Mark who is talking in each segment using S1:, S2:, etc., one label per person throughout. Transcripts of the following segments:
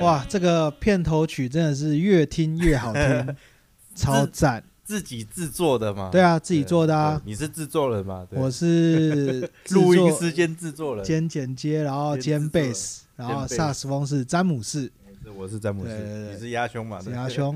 S1: 哇，这个片头曲真的是越听越好 听，超赞！
S2: 自己制作的嘛？
S1: 对啊，自己做的啊
S2: 对。你是制作人嘛？对
S1: 我是
S2: 录音
S1: 制
S2: 师兼制作
S1: 作
S2: 人，
S1: 兼剪接，然后
S2: 兼
S1: 兼
S2: 制作人
S1: bass，然后
S2: 兼 bass
S1: 萨克斯风是詹姆士，
S2: 我是詹姆斯，
S1: 对对对
S2: 你是鸭兄嘛？
S1: 子
S2: 啊对
S1: 牙兄。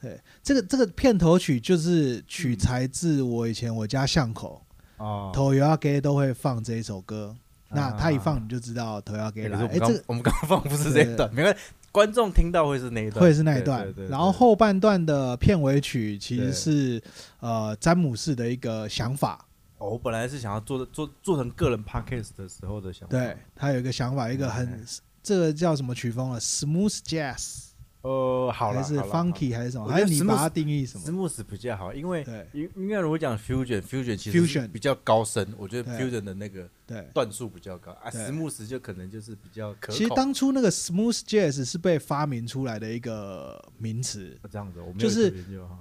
S1: 对，这个这个片头曲就是取材自我以前我家巷口
S2: 哦，
S1: 头摇给都会放这一首歌，那
S2: 啊
S1: 他一放你就知道头摇给
S2: 哎可
S1: 来
S2: 是
S1: 了。
S2: 我
S1: 哎，
S2: 们刚
S1: 这个
S2: 我们刚刚放不是这一段，没关系，观众听到会是那一段，
S1: 会是那一
S2: 对
S1: 段
S2: 对对，
S1: 然后
S2: 对
S1: 后半段的片尾曲其
S2: 对
S1: 实是呃詹姆士的一个想法，
S2: 哦，我本来是想要做做做成个人 podcast 的时候的想法，
S1: 对，他有一个想法，一个
S2: 哎
S1: 很这个叫什么曲风啊？Smooth Jazz
S2: 呃，好了，
S1: 还是
S2: 好啦
S1: Funky 还是什么？
S2: 我
S1: 还
S2: 觉
S1: 是
S2: 得
S1: 你
S2: smooth-
S1: 把它定义什
S2: 字
S1: 么？
S2: 幕是比较好，因为
S1: 对
S2: 因因为如果讲 fusion fusion 其实是
S1: Fusion
S2: 比较高深，我觉得
S1: 对
S2: fusion 的那个
S1: 对，
S2: 段数比较高啊，
S1: 对
S2: 石木石就可能就是比较可口。
S1: 其实当初那个 Smooth Jazz 是被发明出来的一个名词，
S2: 这样子，我没有
S1: 就是
S2: 特别研究哈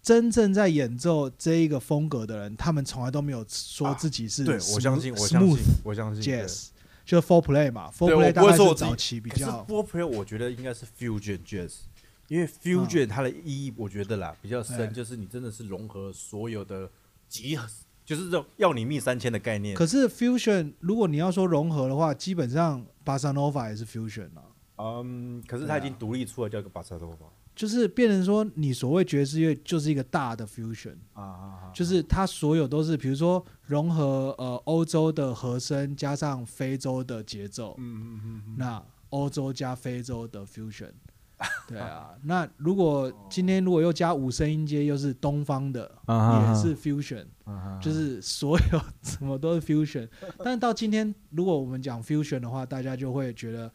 S1: 真正在演奏这一个风格的人，他们从来都没有说
S2: 啊
S1: 自己是 smooth,、
S2: 对我相信，我相信
S1: Smooth，
S2: 我相信。对
S1: Jazz，就是 Four Play 嘛，Four
S2: 对我
S1: Play
S2: 不
S1: 大
S2: 会
S1: 概
S2: 说我
S1: 是
S2: 自己
S1: 早期比
S2: 可是
S1: 较嗯
S2: four player 我觉得应该是 fusion jazz，因为 fusion 它的意义我觉得啦比较
S1: 哎
S2: 深，就是你真的是融合所有的集合，就是这种要你命三千的概念。
S1: 可是 fusion，如果你要说融合的话，基本上 Bossa Nova 也是 fusion 啊。
S2: 嗯，可是
S1: 对
S2: 它
S1: 啊
S2: 已经独立出来叫一个巴萨多巴
S1: 就是变成说，你所谓爵士乐就是一个大的 fusion，
S2: 啊啊
S1: 就是它所有都是，比如说融合呃欧洲的和声加上非洲的节奏，
S2: 嗯嗯嗯嗯，
S1: 那欧洲加非洲 的 fusion，对啊，那如果今天如果又加五声音阶，又是东方的，
S2: 嗯啊
S1: 也是 fusion，就是所有什么都是 fusion。但到今天，如果我们讲 fusion 的话，大家就会觉得，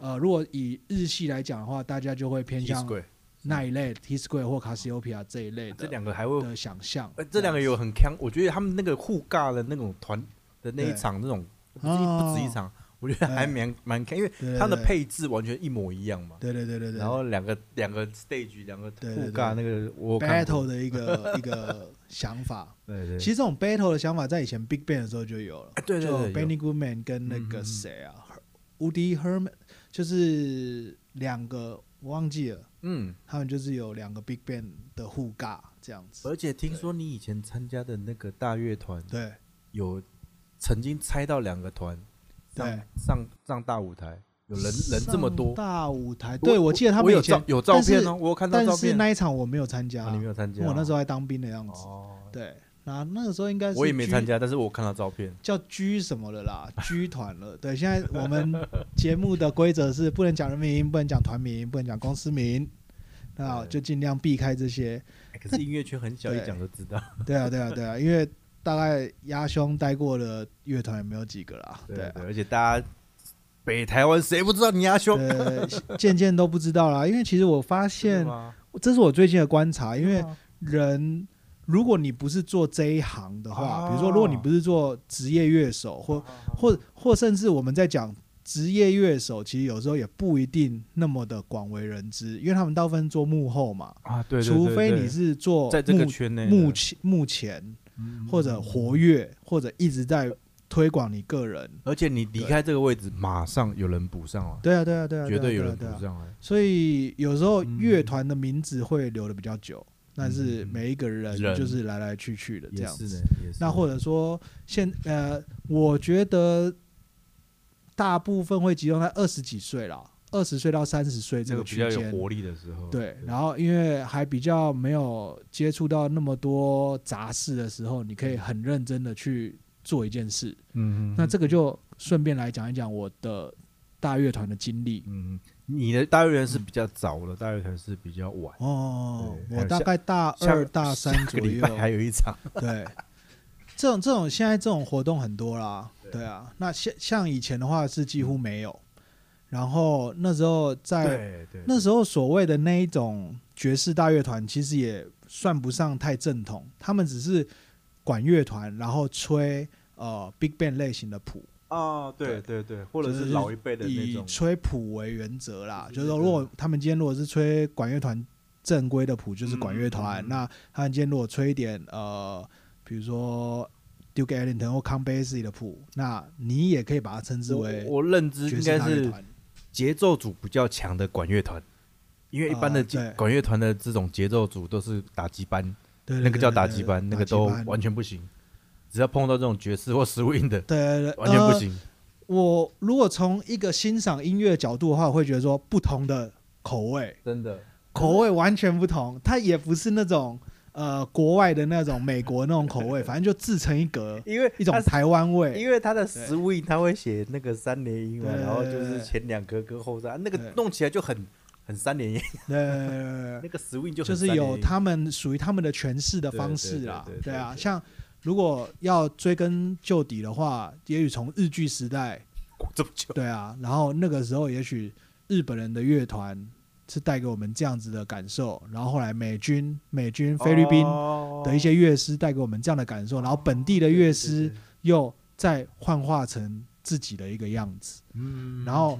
S1: 呃，如果以日系来讲的话，大家就会偏向。
S2: 鬼，
S1: 那一类 T Square 或 Cassiopeia 这一类的
S2: 这两个还会
S1: 的想象
S2: 呃，，这两个有很强，我觉得他们那个互尬的那种团的那一
S1: 对
S2: 场，那种不是一
S1: 哦
S2: 不止一场，我觉得还蛮蛮强，因为
S1: 对对
S2: 它的
S1: 对
S2: 配置完全一模一样嘛。
S1: 对对对对对，
S2: 然后两个两个 stage 两个互
S1: 对对
S2: 尬那个我有看过
S1: battle 的一个一个想法。
S2: 对对，
S1: 其实这种 battle 的想法在以前 Big Bang 的时候就有了，
S2: 哎对对对
S1: 就
S2: 有
S1: Benny Goodman 跟那
S2: 嗯嗯
S1: 个
S2: 嗯
S1: 谁啊，Woody Herman，就是两个我忘记了，
S2: 嗯，
S1: 他们就是有两个 Big Bang 的互尬这样子。
S2: 而且听说你以前参加的那个大乐团
S1: 对
S2: 有曾经猜到两个团上
S1: 对，
S2: 上上大舞台，有人人这么
S1: 上
S2: 多，
S1: 大舞台，对我记得他们
S2: 有
S1: 以
S2: 照
S1: 前
S2: 有照片
S1: 但
S2: 哦，我有看到
S1: 但
S2: 照
S1: 是
S2: 片，
S1: 那一场我没有参加
S2: 啊，你没有参
S1: 因
S2: 加
S1: 为
S2: 哦，
S1: 我那时候还当兵的样子。
S2: 哦，
S1: 对，那那个时候应该是
S2: 我也没
S1: G-
S2: 参加，但是我看到照片，
S1: 叫 G 什么了啦，G 团了。对，现在我们节目的规则是不能讲人名，不能讲团名，不能讲公司名，那好
S2: 对
S1: 就尽量避开这些。
S2: 哎可是音乐圈很小，
S1: 对
S2: 一讲就知道。
S1: 对啊，对啊，对啊，因为大概鸭兄待过的乐团也没有几个啦。对
S2: 对
S1: 啊
S2: 对，而且大家北台湾谁不知道你阿兄？
S1: 呃，渐渐都不知道啦，因为其实我发
S2: 真
S1: 现
S2: 的，吗啊
S1: 这是我最近的观察，因为
S2: 真的吗
S1: 人如果你不是做这一行的话，
S2: 啊
S1: 比如说如果你不是做职业乐手，或或或甚至我们在讲职业乐手，其实有时候也不一定那么的广为人知，因为他们大部分做幕后嘛，
S2: 啊，对，对
S1: 除
S2: 对
S1: 非
S2: 对
S1: 你是做
S2: 在这个圈内的
S1: 幕幕前幕前
S2: 嗯
S1: 或者活跃或者一直在推广你个人。
S2: 而且你离开这个位置，马上有人补上来，
S1: 对啊啊，对啊，对啊，
S2: 绝
S1: 对啊
S2: 有
S1: 对啊
S2: 人补
S1: 对啊。
S2: 上来，
S1: 所以有时候
S2: 嗯
S1: 乐团的名字会留的比较久，但是每一个人
S2: 人
S1: 就是来来去去啊的这
S2: 也
S1: 样
S2: 是
S1: 子。
S2: 呢，也是。
S1: 那或者说现呃，我觉得大部分会集中在二十几岁啦，二十岁到三十岁这
S2: 这
S1: 个
S2: 个
S1: 区
S2: 比较有
S1: 间。
S2: 活力的时候，
S1: 对，然后因为还比较没有接触到那么多杂事的时候，你可以很认真的去做一件事。
S2: 嗯，嗯
S1: 那这个就顺便来讲一讲我的大乐团的经历。
S2: 嗯，嗯你的大乐团是比较早的，大乐团是比较晚。
S1: 哦，
S2: 对还
S1: 我
S2: 有
S1: 大
S2: 下
S1: 概大
S2: 下
S1: 二、大三
S2: 下
S1: 左
S2: 个礼
S1: 右，
S2: 拜还有一场，
S1: 对，这种这种现在这种活动很多啦，
S2: 对嗯
S1: 对啊。那像像以前的话是几乎没有，然后那时候在
S2: 对对，
S1: 哎那时
S2: 候
S1: 候所谓的那一种爵士大乐团，其实也算不上太正统，他们只是管乐团，然后吹呃 big band 类型的谱，
S2: 啊，对对对，或者
S1: 就是
S2: 是老一辈的那
S1: 以
S2: 种，
S1: 吹谱为原则啦，
S2: 就
S1: 就是是说，
S2: 那个
S1: 如果他们今天如果是吹管乐团正规的谱，就是管乐团；
S2: 嗯嗯嗯
S1: 那他们今天如果吹一点呃，比如说 Duke Ellington 或 Count Basie 的谱，那你也可以把它称之
S2: 我
S1: 为
S2: 我认知
S1: 爵
S2: 应
S1: 士
S2: 该
S1: 大乐
S2: 是
S1: 团。
S2: 节奏组比较强的管乐团，因为一般的
S1: 啊对
S2: 节管乐团的这种节奏组都是打击班，
S1: 对，对
S2: 那个叫
S1: 对
S2: 打
S1: 对
S2: 击
S1: 对
S2: 班，那个
S1: 打击
S2: 都
S1: 班
S2: 完全不行。只要碰到这种爵士或 swing 的，
S1: 对对对，
S2: 完全不
S1: 呃
S2: 行。
S1: 我如果从一个欣赏音乐角度的话，我会觉得说不同的口味，
S2: 真的，
S1: 口味完全不同，它也不是那种呃国外的那种美国那种口 味，反正就自成一格，
S2: 因为
S1: 一种
S2: 它是
S1: 台湾味。
S2: 因为它的 swing 它会写那个三连音嘛，
S1: 对
S2: 然后就是前两格跟后三，那个
S1: 对
S2: 弄起来就很很三连音，
S1: 呃
S2: 那，个 swing 就
S1: 就
S2: 很
S1: 是
S2: 三连
S1: 有
S2: 音
S1: 他们属于他们的诠释的方式啦
S2: 对对对对。对
S1: 对啊，
S2: 对
S1: 像如果要追根究底的话，也许从日剧时代，
S2: 这么久，
S1: 对啊，然后那个时候也许日本人的乐团是带给我们这样子的感受，然后后来美军、美军、菲律宾的一些乐师带给我们这样的感受，然后本地的乐
S2: 哦对，对
S1: 师
S2: 对
S1: 又再幻化成自己的一个样子。
S2: 嗯
S1: 然后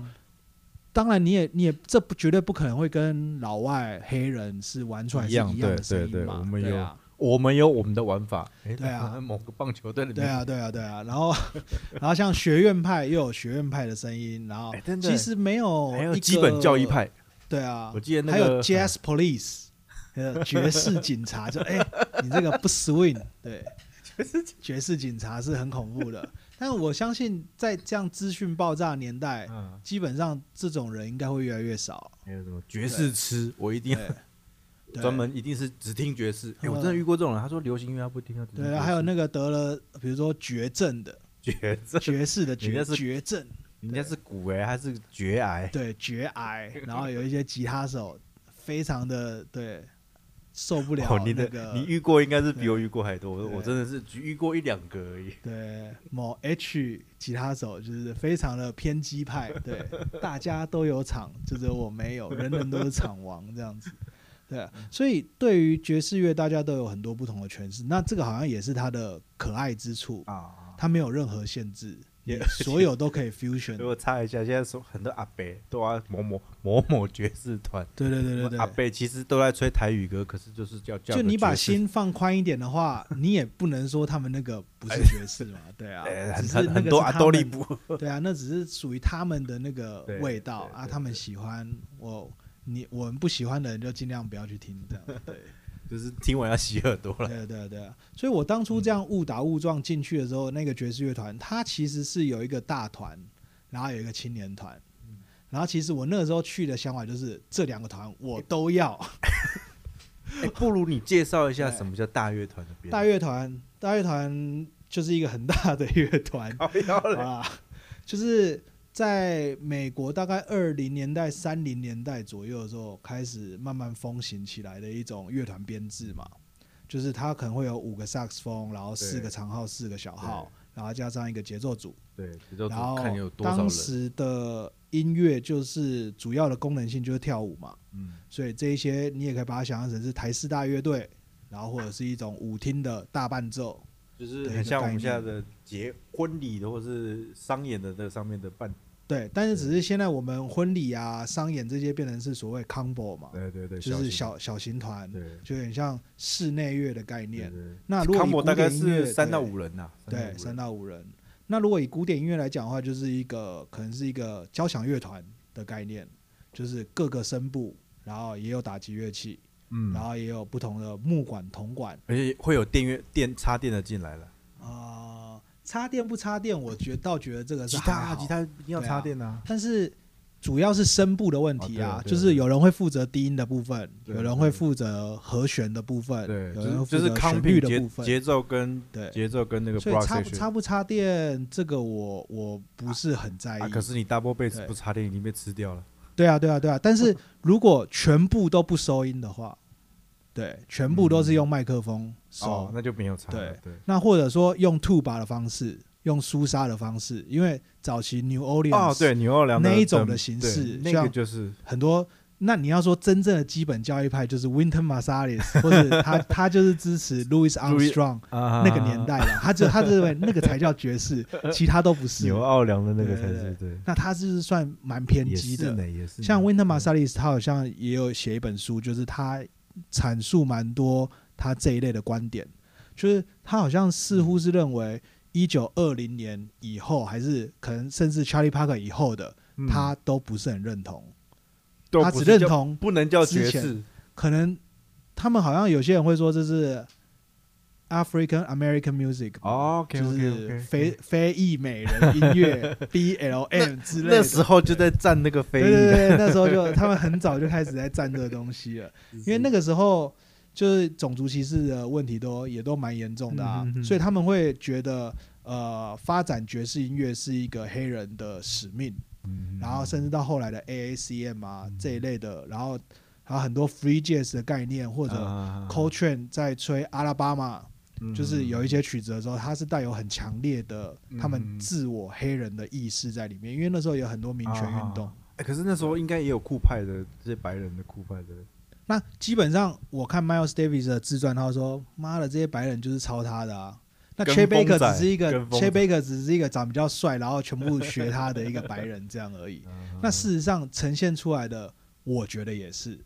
S1: 当然，你也你也这不绝对不可能会跟老外黑人是玩出来是
S2: 一样
S1: 一样的
S2: 对
S1: 声
S2: 对
S1: 音
S2: 对
S1: 嘛
S2: 我？们
S1: 对
S2: 有
S1: 啊，
S2: 我们有我们的玩法，诶
S1: 对啊，
S2: 某个棒球队里面，
S1: 对啊，对啊，对啊。然后 然后像学院派又有学院派的声音，然后
S2: 哎真的
S1: 其实没有
S2: 还有
S1: 一个
S2: 基本教义，派，
S1: 对啊，
S2: 我记得那
S1: 还有
S2: 个
S1: Jazz Police，呃，爵士警察，就 哎，你这个不 swing，对，爵士警察是很恐怖的。但我相信，在这样资讯爆炸的年代，
S2: 嗯，
S1: 基本上这种人应该会越来越少。
S2: 还有什么爵士痴，我一定
S1: 对 对
S2: 专门一定是只听爵士，诶我
S1: 嗯
S2: 真的遇过这种人，他说流行音乐他不听，他只听
S1: 对
S2: 爵
S1: 啊，
S2: 士
S1: 还有那个得了，比如说绝症的
S2: 爵士，
S1: 爵士的
S2: 人
S1: 绝
S2: 家是
S1: 绝症，
S2: 人家是骨癌还是绝癌？
S1: 对绝 癌，然后有一些吉他手非常的对受不了
S2: 哦，你
S1: 那
S2: 的
S1: 个，
S2: 你遇过应该是比我遇过还多，我
S1: 对
S2: 我真的是只遇过一两个而已。
S1: 对某 H 吉他手就是非常的偏激 派，对大家都有场，就只有我没有，人人都是场王这样子。对啊，
S2: 嗯
S1: 所以对于爵士乐，大家都有很多不同的诠释。那这个好像也是它的可爱之处，
S2: 啊，
S1: 它没有任何限制，
S2: 也
S1: 你所有都可以 fusion
S2: 如。果插一下，现在说很多阿伯都啊某某某某爵士团，
S1: 对对对对对，
S2: 阿伯其实都在吹台语歌，可是就是叫叫
S1: 就你把
S2: 心。
S1: 心放宽一点 的话，你也不能说他们那个不是爵士嘛，对啊
S2: 哎，
S1: 只
S2: 很
S1: 是
S2: 很
S1: 那个
S2: 很
S1: 是
S2: 多
S1: 他
S2: 阿多利
S1: 们
S2: 布，
S1: 对啊，那只是属于他们的那个
S2: 对
S1: 味道
S2: 对
S1: 啊，
S2: 对
S1: 他们喜欢我，你我们不喜欢的人就尽量不要去听这样。 对
S2: 就是听完要洗耳朵了。
S1: 对对对，所以我当初这样误打误撞进去的时候，那个爵士乐团它其实是有一个大团，然后有一个青年团。
S2: 嗯
S1: 然后其实我那个时候去的想法就是这两个团我都 要，
S2: 哎不如你介绍一下
S1: 对
S2: 什么叫大乐团的编制？
S1: 哎大乐团大乐团就是一个很大的乐团，
S2: 靠腰嘞，
S1: 啊，就是在美国大概二零年代、三零年代左右的时候，开始慢慢风行起来的一种乐团编制嘛，就是它可能会有五个萨克斯风，然后四
S2: 对
S1: 个长号、四个小号，然后加上一个节奏组，
S2: 对，这就
S1: 然后
S2: 看有多少
S1: 当
S2: 人。
S1: 时的音乐就是主要的功能性就是跳舞嘛，
S2: 嗯，
S1: 所以这一些你也可以把它想象成是台式大乐队，然后或者是一种舞厅的大伴奏，
S2: 就是
S1: 的一
S2: 很
S1: 个
S2: 像我
S1: 概
S2: 们现在
S1: 念啊
S2: 的结婚礼的或是商演的那上面的伴。
S1: 对，但是只
S2: 对
S1: 是现在我们婚礼啊、商演这些变成是所谓 combo 嘛，
S2: 对对对，
S1: 就是
S2: 型
S1: 小小型团，
S2: 对
S1: 就有点像室内乐的
S2: 对
S1: 概念。
S2: 对。
S1: 那如果以
S2: combo
S1: 古
S2: 大概
S1: 典音乐
S2: 是三到
S1: 对
S2: 五人呐，
S1: 对，三
S2: 到
S1: 到五人。那如果以古典音乐来讲的话，就是一个可能是一个交响乐团的概念，就是各个声部，然后也有打击乐器，
S2: 五人嗯，
S1: 然后也有不同的木管、铜管
S2: 而且会有电乐电插电的进来了，
S1: 啊、呃插电不插电，我觉倒觉得这个是
S2: 吉
S1: 还
S2: 他
S1: 好
S2: 吉他一定要
S1: 对
S2: 插
S1: 啊
S2: 电啊，
S1: 但是主要是声部的问题啊，
S2: 哦对对
S1: 就是有人会负责低音的部分，
S2: 对
S1: 有人会负责和弦的部分，
S2: 对，
S1: 有
S2: 就
S1: 人
S2: 是
S1: 会负
S2: 就是
S1: 责
S2: 康
S1: 旋律
S2: 平
S1: 的部
S2: 节
S1: 分，
S2: 节奏跟
S1: 对。
S2: 节奏跟那个
S1: 所以
S2: block
S1: 插
S2: section
S1: 插不插电，这个我我不是很在意。
S2: 啊，可是你 double bass
S1: 对
S2: 不插电已经被吃掉了。
S1: 对啊，对啊，对啊。但是如果全部都不收音的话，对，全部都是用麦克风收，
S2: 哦，那就没有差了。对
S1: 那或者说用 t u b a 的方式，用苏莎的方式，因为早期 New Orleans
S2: 哦，对，纽奥良
S1: 那一种
S2: 灯
S1: 的形
S2: 对
S1: 式
S2: 那个
S1: 像
S2: 就是
S1: 很多。那你要说真正的基本教育派就是 Winton Marsalis，或者他 他就是支持 Louis Armstrong
S2: 啊
S1: 那个年 代的，他就他认为那个才叫爵士，其他都不是
S2: 纽。奥良的那个
S1: 对
S2: 才
S1: 对
S2: 是对，
S1: 那他是算蛮偏
S2: 也
S1: 激
S2: 是
S1: 的，
S2: 呢，也是呢嗯
S1: 像 Winton Marsalis，他好像也有写一本书，就是他阐述蛮多他这一类的观点，就是他好像似乎是认为一九二零年以后，还是可能甚至 Charlie Parker 以后的
S2: 嗯
S1: 他都不是很认同，
S2: 都
S1: 他
S2: 不
S1: 只
S2: 是
S1: 认
S2: 叫
S1: 同
S2: 不能叫爵
S1: 之前
S2: 士，
S1: 可能他们好像有些人会说这是 African American music，、
S2: OK
S1: 就
S2: OK
S1: 是
S2: OK，
S1: 非非裔美人音 乐 BLM 之类的。
S2: 那时候就在站那个啊非
S1: 对
S2: 裔
S1: 对
S2: 的，
S1: 对，那时候就他们很早就开始在站这个东西了，因为那个时候就是种族歧视的问题都也都蛮严重的啊，
S2: 嗯哼哼
S1: 所以他们会觉得呃发展爵士音乐是一个黑人的使命。
S2: 嗯，
S1: 然后甚至到后来的 AACM 啊这一类的，然后还有很多 free jazz 的概念，或者
S2: 啊
S1: Coltrane 在吹阿拉巴马，
S2: 嗯
S1: 就是有一些曲子的时候，它是带有很强烈的
S2: 嗯
S1: 他们自我黑人的意识在里面，因为那时候有很多民权运动
S2: 啊。哎可是那时候应该也有酷派的这些白人的酷派的，
S1: 那基本上我看 Miles Davis 的自传，他说：“妈的，这些白人就是抄他的啊。”那
S2: 跟
S1: Che
S2: 风
S1: Baker
S2: 仔
S1: 只是一个
S2: 跟风仔
S1: Che Baker 只是一个长比较帅，然后全部学他的一个白人这样而
S2: 嗯
S1: 已。
S2: 啊
S1: 那事实上呈现出来的，我觉得也是，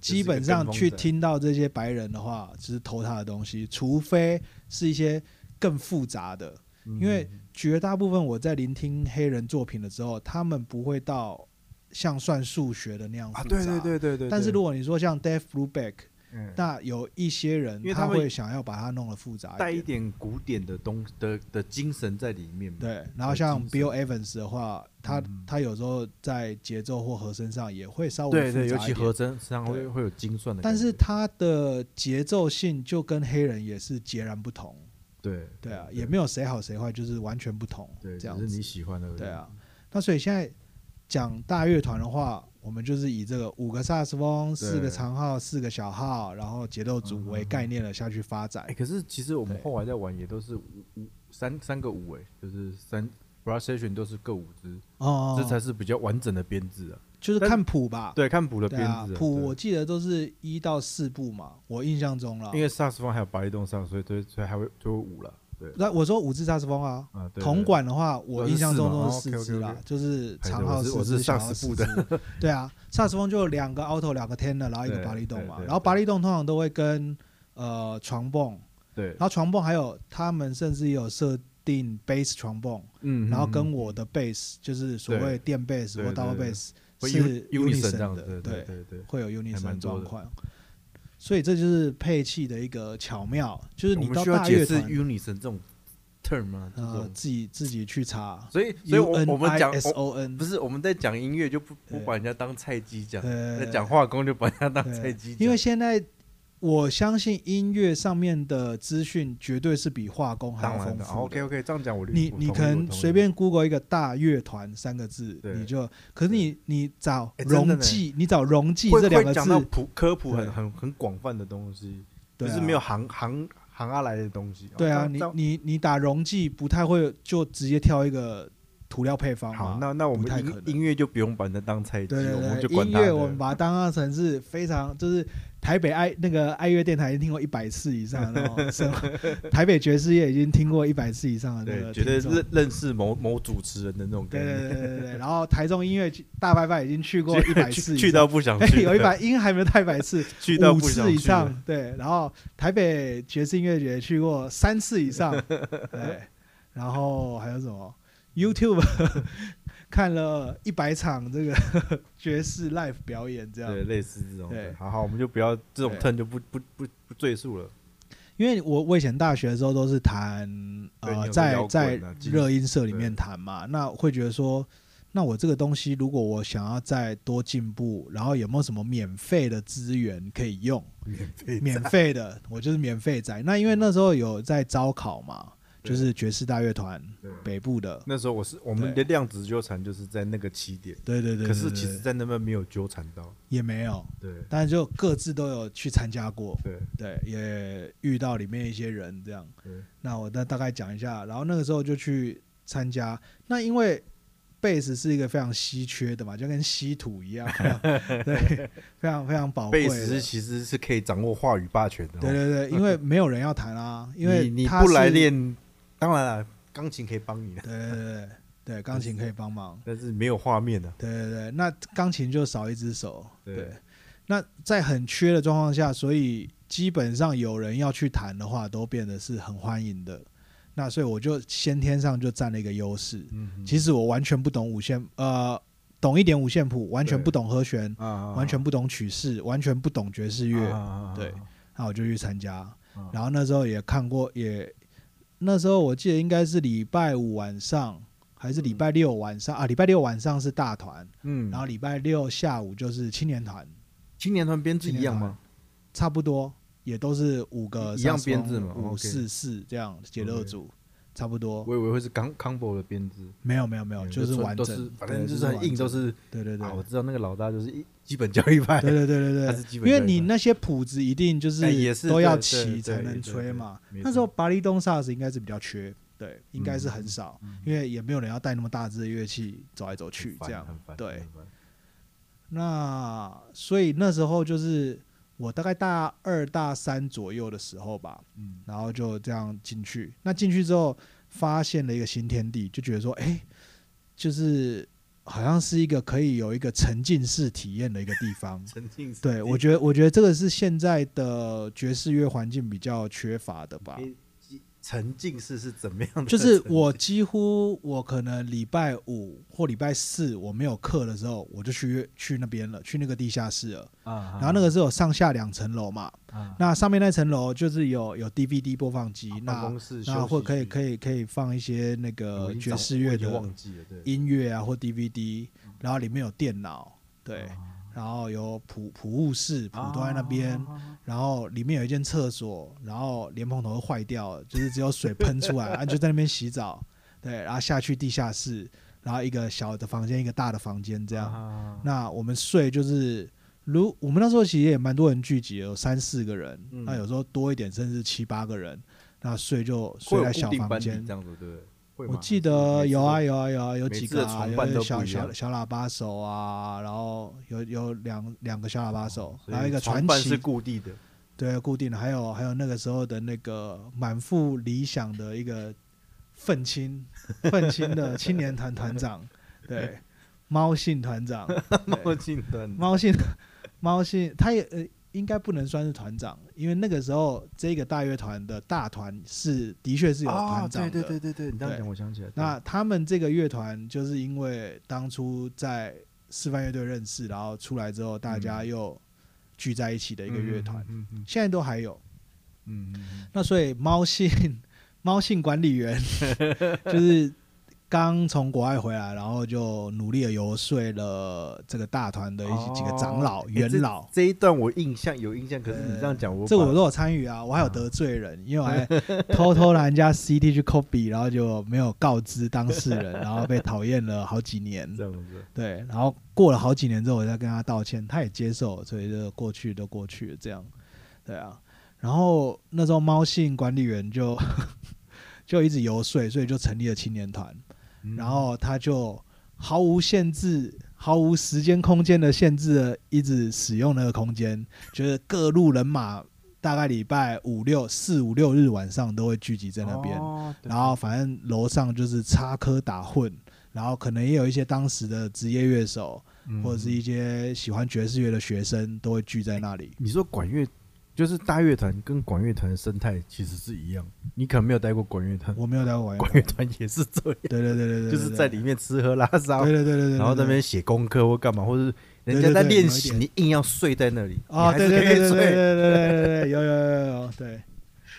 S1: 基本上去听到这些白人的话，只是投他的东西，除非是一些更复杂的。
S2: 嗯，
S1: 因为绝大部分我在聆听黑人作品的时候，他们不会到像算数学的那样
S2: 啊，
S1: 复
S2: 对
S1: 杂。
S2: 对对对对，
S1: 但是如
S2: 果
S1: 果你说像 Dave Brubeck，
S2: 嗯
S1: 那有一些人
S2: 因为他
S1: 他
S2: 会
S1: 会想要把它弄得复杂
S2: 带
S1: 一
S2: 一
S1: 点。
S2: 点古典的东的的精神在里面嘛，
S1: 对，然后
S2: 的
S1: 像
S2: 精神
S1: Bill Evans 的话，他、
S2: 嗯
S1: 他有时候在节奏或和声上也会稍
S2: 对
S1: 微复杂
S2: 对，
S1: 一
S2: 尤
S1: 点。
S2: 其和声上会
S1: 对
S2: 会有精算的感
S1: 但
S2: 觉，
S1: 是他的节奏性就跟黑人也是截然不同，
S2: 对
S1: 对啊，也没有谁好谁坏，就是完全不同，
S2: 对，
S1: 这
S2: 只
S1: 样
S2: 是
S1: 子
S2: 你，喜欢的，
S1: 对啊。那所以现在讲大乐团的话，我们就是以这个五个萨克斯风、四个长号、四个小号，然后节奏组为概念的下去发展
S2: 哎、。可是其实我们
S1: 对
S2: 后来在玩也都是五五三三个五哎、就是三 brass section 都是各五支，
S1: 哦
S2: 嗯这，才是比较完整的编制啊。
S1: 就是
S2: 但
S1: 看谱吧，
S2: 对，看谱的编
S1: 对啊
S2: 制、，
S1: 谱
S2: 对
S1: 我记得都是一到四部嘛，我印象中了。
S2: 因为萨克斯风还有白动上，所以所以所以还会就会五了。对
S1: 那我说五支萨克斯风啊，
S2: 啊，对
S1: 铜
S2: 对
S1: 管的话，我
S2: 哦
S1: 印
S2: 是
S1: 象
S2: 四
S1: 中
S2: 嘛
S1: 都
S2: 哦
S1: 是四支啦
S2: OK，OK，OK，
S1: 就是长
S2: 哎
S1: 号
S2: 我
S1: 四
S2: 是
S1: 支，
S2: 我是
S1: 小
S2: 萨
S1: 号
S2: 克斯
S1: 四
S2: 部
S1: 支。 对啊，萨克斯风就两个 alto，两个 tenor，然后一个
S2: 对
S1: 拔力动
S2: 对
S1: 嘛。
S2: 对
S1: 然后
S2: 对
S1: 拔力动通常都会跟呃床泵，
S2: 对
S1: 然，后床泵还有他们甚至也有设定 bass 床泵，
S2: 嗯
S1: 然后跟
S2: 我
S1: 我的 bass 就是所谓
S2: 对
S1: 电 bass
S2: 对
S1: 或
S2: 对
S1: double
S2: 对
S1: bass 是
S2: uni unison 这样
S1: unison
S2: 子，对
S1: 的，
S2: 对对对。
S1: 会有
S2: 还
S1: unison
S2: 蛮多
S1: 状
S2: 的
S1: 况。所以这就是配器的一个巧妙，就是
S2: 我
S1: 你
S2: 们
S1: 到
S2: 需要
S1: 大
S2: 解
S1: 乐
S2: 释嗯
S1: 团，
S2: unison 这种 term 吗？这
S1: 呃
S2: 种，
S1: 自己自己去查。
S2: 所以所以我
S1: U N
S2: 我们讲
S1: I S
S2: 我
S1: O N
S2: 不是我们在讲音乐就不不
S1: 对
S2: 把人家当菜鸡讲，
S1: 呃
S2: 在讲化工就把人家当
S1: 对
S2: 菜鸡讲，
S1: 因为现在我相信音乐上面的资讯绝对是比化工还
S2: 当
S1: 要
S2: 然
S1: 丰
S2: 的
S1: 富
S2: ，OK
S1: 的。
S2: OK，这样讲我理
S1: 你
S2: 我
S1: 你
S2: 同意
S1: 可
S2: 我
S1: 能
S2: 同意
S1: 随便 Google 一个大乐团三个字，
S2: 对
S1: 你就可是你你找
S2: 哎真的
S1: 容
S2: 呢
S1: 器，你找容器
S2: 会
S1: 这两
S2: 会
S1: 个
S2: 讲到
S1: 字，
S2: 普科普
S1: 对
S2: 很很很广泛的东西，
S1: 对
S2: 就
S1: 啊
S2: 是没有行行行阿来的东西。哦
S1: 对啊，
S2: 这
S1: 你
S2: 样
S1: 你你打容器不太会就直接挑一个涂料配
S2: 这
S1: 方
S2: 样好，
S1: 嘛。
S2: 那那我
S1: 不太
S2: 们
S1: 可
S2: 音
S1: 能
S2: 音乐就不用把人家当菜鸡，
S1: 对
S2: 我们
S1: 对
S2: 就
S1: 对，
S2: 管
S1: 音
S2: 他
S1: 乐
S2: 的
S1: 我们把它当成是非常就是台北爱那个爱乐电台已经听过一百次以上，然后生 台北爵士乐已经听过一百次以上的那
S2: 对，
S1: 个
S2: 绝
S1: 听
S2: 对
S1: 众，
S2: 认认识某某主持人的那种概
S1: 对对
S2: 念，
S1: 对对对 对。然后台中音乐大拜拜已经去过一百次
S2: 去
S1: 以
S2: 去
S1: 上
S2: 到不想
S1: 哎，
S2: 去，
S1: 有一百，应该还没有到一百次，
S2: 去到
S1: 五
S2: 不想
S1: 次以
S2: 去
S1: 上，对。然后台北爵士音乐节去过三次以上， 对。然后还有什么 YouTube 看了一百场这个 爵士 live 表演，这样。
S2: 对，类似这种的。
S1: 对
S2: 好好，我们就不要这种
S1: 对
S2: turn 就不不不不赘述了。
S1: 因为我我以前大学的时候都是弹
S2: 对你
S1: 呃
S2: 有
S1: 在
S2: 摇滚
S1: 在
S2: 啊金属
S1: 热音社里面弹嘛，那会觉得说，那我这个东西如果我想要再多进步，然后有没有什么免费的资源可以用？
S2: 免费
S1: 免费的，我就是免费仔。那因为那时候有在招考嘛，
S2: 对
S1: 就是爵士大乐团
S2: 对
S1: 北部的，
S2: 那时候我是我们的
S1: 对
S2: 量子纠缠就是在那个起点，
S1: 对对对对
S2: 可是
S1: 对
S2: 其实
S1: 对
S2: 在那边没有纠缠到，
S1: 也没有，
S2: 对
S1: 但是就各自都有去参加过，
S2: 对
S1: 对，也遇到里面一些人这样。
S2: 对，
S1: 那我再大概讲一下，然后那个时候就去参加。那因为贝斯是一个非常稀缺的嘛，就跟稀土一样，非常对，非常非常宝
S2: 贝
S1: 贵 的。
S2: 斯是其实是可以掌握话语霸权的哦。
S1: 对对对，因为没有人要弹啊，因为
S2: 你你
S1: 它
S2: 不来
S1: 是
S2: 练，当然了，钢琴可以帮你的，
S1: 对对对对，钢琴可以帮忙。
S2: 但是没有画面的、
S1: 对对对，那钢琴就少一只手。
S2: 对
S1: 对，那在很缺的状况下，所以基本上有人要去弹的话，都变得是很欢迎的。那所以我就先天上就占了一个优势。
S2: 嗯，
S1: 其实我完全不懂五线，呃，懂一点五线谱，完全不懂和弦，
S2: 啊
S1: 完全不懂曲式，完全不懂爵士乐，对，
S2: 啊
S1: 那我就去参加。然后那时候也看过，也那时候我记得应该是礼拜五晚上还是礼拜六晚上啊？礼拜六晚上是大团，
S2: 嗯，
S1: 然后礼拜六下午就是青年团，
S2: 青年团编制一样吗？
S1: 差不多也都是五个
S2: 一样
S1: 萨克斯风
S2: 编制嘛哦
S1: 五
S2: OK
S1: 四四这样节奏
S2: OK
S1: 组，差不多。
S2: 我以为会是 com combo 的编制，
S1: 没有没有没有，就是
S2: 纯
S1: 完
S2: 都
S1: 整
S2: 是，反
S1: 对
S2: 正就是很硬，都是
S1: 对对对
S2: 啊，我知道那个老大就是一基本教育派，
S1: 对对对 对
S2: 他
S1: 对
S2: 是基本
S1: 因为
S2: 教育
S1: 你
S2: 派
S1: 那些谱子一定就
S2: 哎也是
S1: 都要
S2: 对对
S1: 齐才
S2: 对
S1: 能
S2: 对
S1: 吹
S2: 对
S1: 嘛。
S2: 没
S1: 那时
S2: 错
S1: 候巴黎东萨斯应该是比较缺，对，应该是
S2: 嗯
S1: 很少
S2: 嗯，
S1: 因为也没有人要带那么大支的乐器走来走去
S2: 很烦啊
S1: 这样
S2: 很。烦
S1: 对
S2: 很烦
S1: 那所以那时候就是我大概大二大三左右的时候吧，
S2: 嗯。
S1: 然后就这样进去。那进去之后发现了一个新天地，就觉得说，哎、就是好像是一个可以有一个沉浸式体验的一个地方
S2: 沉浸式
S1: 对，我
S2: 得
S1: 觉得我觉得这个是现在的爵士乐环境比较缺乏的吧。
S2: 沉浸式是怎么样的？
S1: 就是我几乎我可能礼拜五或礼拜四我没有课的时候，我就去去那边了，去那个地下室了。
S2: 啊，
S1: 然后那个是有上下两层楼嘛，
S2: 啊
S1: 那上面那层楼就是有有 DVD 啊播放机，
S2: 办公
S1: 那
S2: 室
S1: 那或可以
S2: 以
S1: 可以可以放一些那个爵士乐的
S2: 忘记了，嗯对，
S1: 音乐啊或 DVD，然后里面有电脑，对，
S2: 啊
S1: 然后有普普务室，普都在那边，
S2: 啊
S1: 然后里面有一间厕所，然后莲蓬头坏掉了，就是只有水喷出来，啊，就在那边洗澡，对，然后下去地下室，然后一个小的房间，一个大的房间
S2: 这
S1: 这样。
S2: 样
S1: 那我们睡就是，如我们那时候其实也蛮多人聚集的，有三四个人，
S2: 嗯
S1: 那有时候多一点，甚至七八个人，那睡就睡在小房间
S2: 这。样子，对不对？会吗
S1: 我记得有啊，有啊有啊有
S2: 每
S1: 几
S2: 次的
S1: 个啊，
S2: 床
S1: 有
S2: 伴
S1: 有
S2: 都
S1: 小
S2: 不一
S1: 小
S2: 样
S1: 小喇叭手啊，然后有有两两个小喇叭手，
S2: 哦所以
S1: 然后一个传
S2: 床伴是
S1: 奇，
S2: 固定的，
S1: 对，固定的，还有还有那个时候的那个满腹理想的一个 愤青愤青的青年团团长，对，猫性 团长，对
S2: 墨镜的
S1: 猫性， 猫性，他也呃，应该不能算是团长，因为那个时候这个大乐团的大团是的确是有团长的。
S2: 哦对对对对对，你这样
S1: 对
S2: 讲我想起来，对
S1: 那他们这个乐团就是因为当初在示范乐队认识，然后出来之后大家又聚在一起的一个乐团，
S2: 嗯嗯
S1: 现在都还有。
S2: 嗯嗯嗯
S1: 那所以猫性 猫性管理员 就是刚从国外回来，然后就努力的游说了这个大团的一几个长老、
S2: 哦诶
S1: 元
S2: 这
S1: 老。
S2: 这一段我印象有印象，可是你
S1: 呃
S2: 这样讲我
S1: 这个
S2: 把
S1: 我都有参与啊，我还有得罪人，因为我还 偷偷拿人家 CD 去 copy，然后就没有告知当事人，然后被讨厌了好几年。
S2: 这样子，
S1: 对，然后过了好几年之后，我再跟他道歉，他也接受，所以就过去都过去了这样。对啊，然后那时候猫性管理员就 就一直游说，所以就成立了青年团，
S2: 嗯
S1: 然后他就毫无限制、毫无时间空间的限制的一直使用那个空间，就是各路人马大概礼拜五六四五六日晚上都会聚集在那边。
S2: 哦对
S1: 然后反正楼上就是插科打诨，然后可能也有一些当时的职业乐手、
S2: 嗯
S1: 或者是一些喜欢爵士乐的学生都会聚在那里。
S2: 你说管乐就是大乐团跟管乐团的生态其实是一样，你可能没有待过管乐团，
S1: 我没有待过玩乐
S2: 管
S1: 团，
S2: 乐团也是这样，
S1: 对对对对对，
S2: 就是在里
S1: 面，
S2: 面吃喝拉撒
S1: 对，对对对对对，
S2: 然后那
S1: 对
S2: 边写功课或干嘛，或者
S1: 对
S2: 人家在
S1: 对对
S2: 练习，
S1: 有一
S2: 你
S1: 点
S2: 硬要睡在那里，你
S1: 哦，
S2: 还
S1: 对
S2: 是
S1: 对对
S2: 可以
S1: 对对
S2: 睡，
S1: 对对对对对对，有有有有有，对，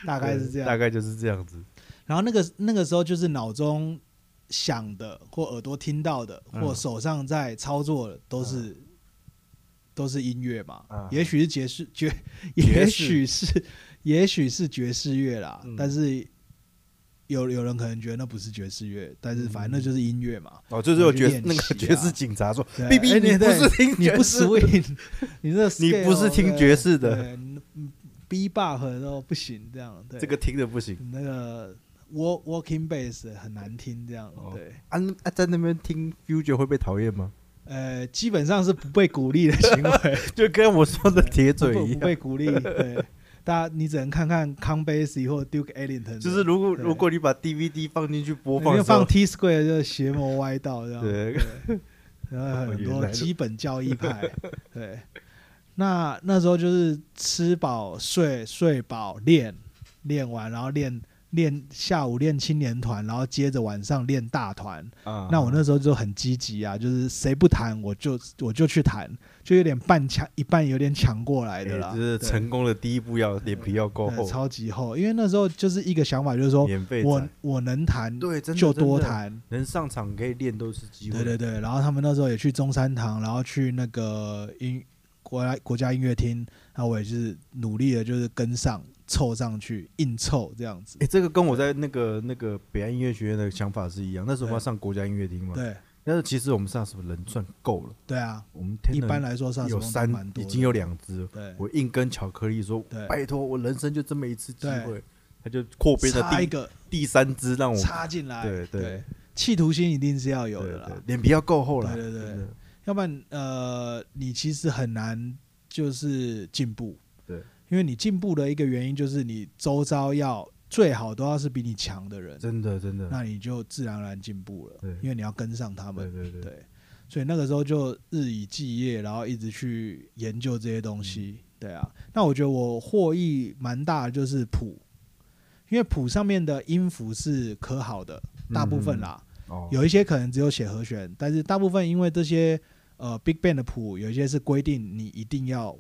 S1: 大概是这
S2: 大
S1: 样。
S2: 概就是这样子，
S1: 然后那个那个时候就是脑中想的或耳朵听到的或
S2: 嗯
S1: 手上在操作的都是。都是音乐嘛，
S2: 嗯
S1: 也许是爵士 爵，
S2: 爵
S1: 也
S2: 士
S1: 许是也许是爵士乐啦，
S2: 嗯
S1: 但是有有人可能觉得那不是爵士乐，
S2: 嗯
S1: 但是反正那就是音乐 嘛。
S2: 哦，就是有
S1: 然后去
S2: 爵士那
S1: 练
S2: 个
S1: 习啊
S2: 爵士警察说
S1: 对
S2: ，B B，
S1: 哎
S2: 你不
S1: 对
S2: 是听
S1: 你
S2: 爵
S1: 不
S2: 士
S1: swing，你 这
S2: 你
S1: scale
S2: 不是听爵士的
S1: 对你嗯，B bop 都不行这样，对
S2: 这个听着不行
S1: 那个 walk walking bass 很难听这样，
S2: 哦
S1: 对，
S2: 啊那啊，在那边听 future 会被讨厌吗？
S1: 呃，基本上是不被鼓励的行为，
S2: 就跟我说的铁
S1: 不
S2: 嘴一
S1: 不
S2: 样，
S1: 被鼓励，对。大家，你只能看看 Con Basie 或 Duke Ellington，的
S2: 就是如果
S1: 对
S2: 如果你把 DVD 放进去播
S1: 里
S2: 放
S1: 面
S2: 的时候
S1: 放 T Square 就是邪魔歪道这样，
S2: 对哦
S1: 然后很
S2: 原
S1: 多
S2: 来
S1: 基本教义派，对。那那时候就是吃饱睡睡饱练练完，然后练练下午练青年团，然后接着晚上练大团。
S2: 啊
S1: 那我那时候就很积极啊，就是谁不弹我就我就去弹，就有点半抢一半有点抢过来
S2: 哎
S1: 的啦。
S2: 这是
S1: 对
S2: 成功的第一步，要脸皮要够
S1: 对
S2: 厚，
S1: 超级厚，因为那时候就是一个想法，就是说
S2: 免费
S1: 我
S2: 仔
S1: 我能弹
S2: 对，真的
S1: 就多，
S2: 真的
S1: 弹，
S2: 能上场可以练都是机
S1: 对
S2: 会。
S1: 对对。然后他们那时候也去中山堂，然后去那个音国来国家音乐厅，然后我也是努力的，就是跟上凑上去，硬凑这样子。
S2: 哎，这个跟我在那个那个北岸音乐学院的想法是一样。那时候我们要
S1: 对
S2: 上国家音乐厅嘛，
S1: 对
S2: 但是其实我们上什么人算够了，
S1: 对啊，
S2: 我们天
S1: 一
S2: 能
S1: 般来说上
S2: 有三
S1: 蛮，多
S2: 已
S1: 的
S2: 经有两只了，
S1: 对
S2: 我硬跟巧克力说
S1: 对，
S2: 拜托，我人生就这么一次机
S1: 对
S2: 会，他就扩编
S1: 插
S2: 了
S1: 一
S2: 第
S1: 个
S2: 第三只让我
S1: 插进来，
S2: 哦对对
S1: 对，企图心一定是要有
S2: 对
S1: 的啦
S2: 对，脸皮要够厚了，
S1: 对对对
S2: 真的
S1: 要不然呃，你其实很难就是进步。
S2: 对，
S1: 因为你进步的一个原因就是你周遭要最好都要是比你强的人，
S2: 真的真的，
S1: 那你就自然而然进步了
S2: 对，
S1: 因为你要跟上他
S2: 对
S1: 们。
S2: 对对，
S1: 对，所以那个时候就日以继夜，然后一直去研究这些东西。
S2: 嗯
S1: 对啊，那我觉得我获益蛮大的就是谱，因为谱上面的音符是可好的，大部分啦。
S2: 嗯哦，
S1: 有一些可能只有写和弦，但是大部分因为这些呃 big band 的谱，有一些是规定你一定要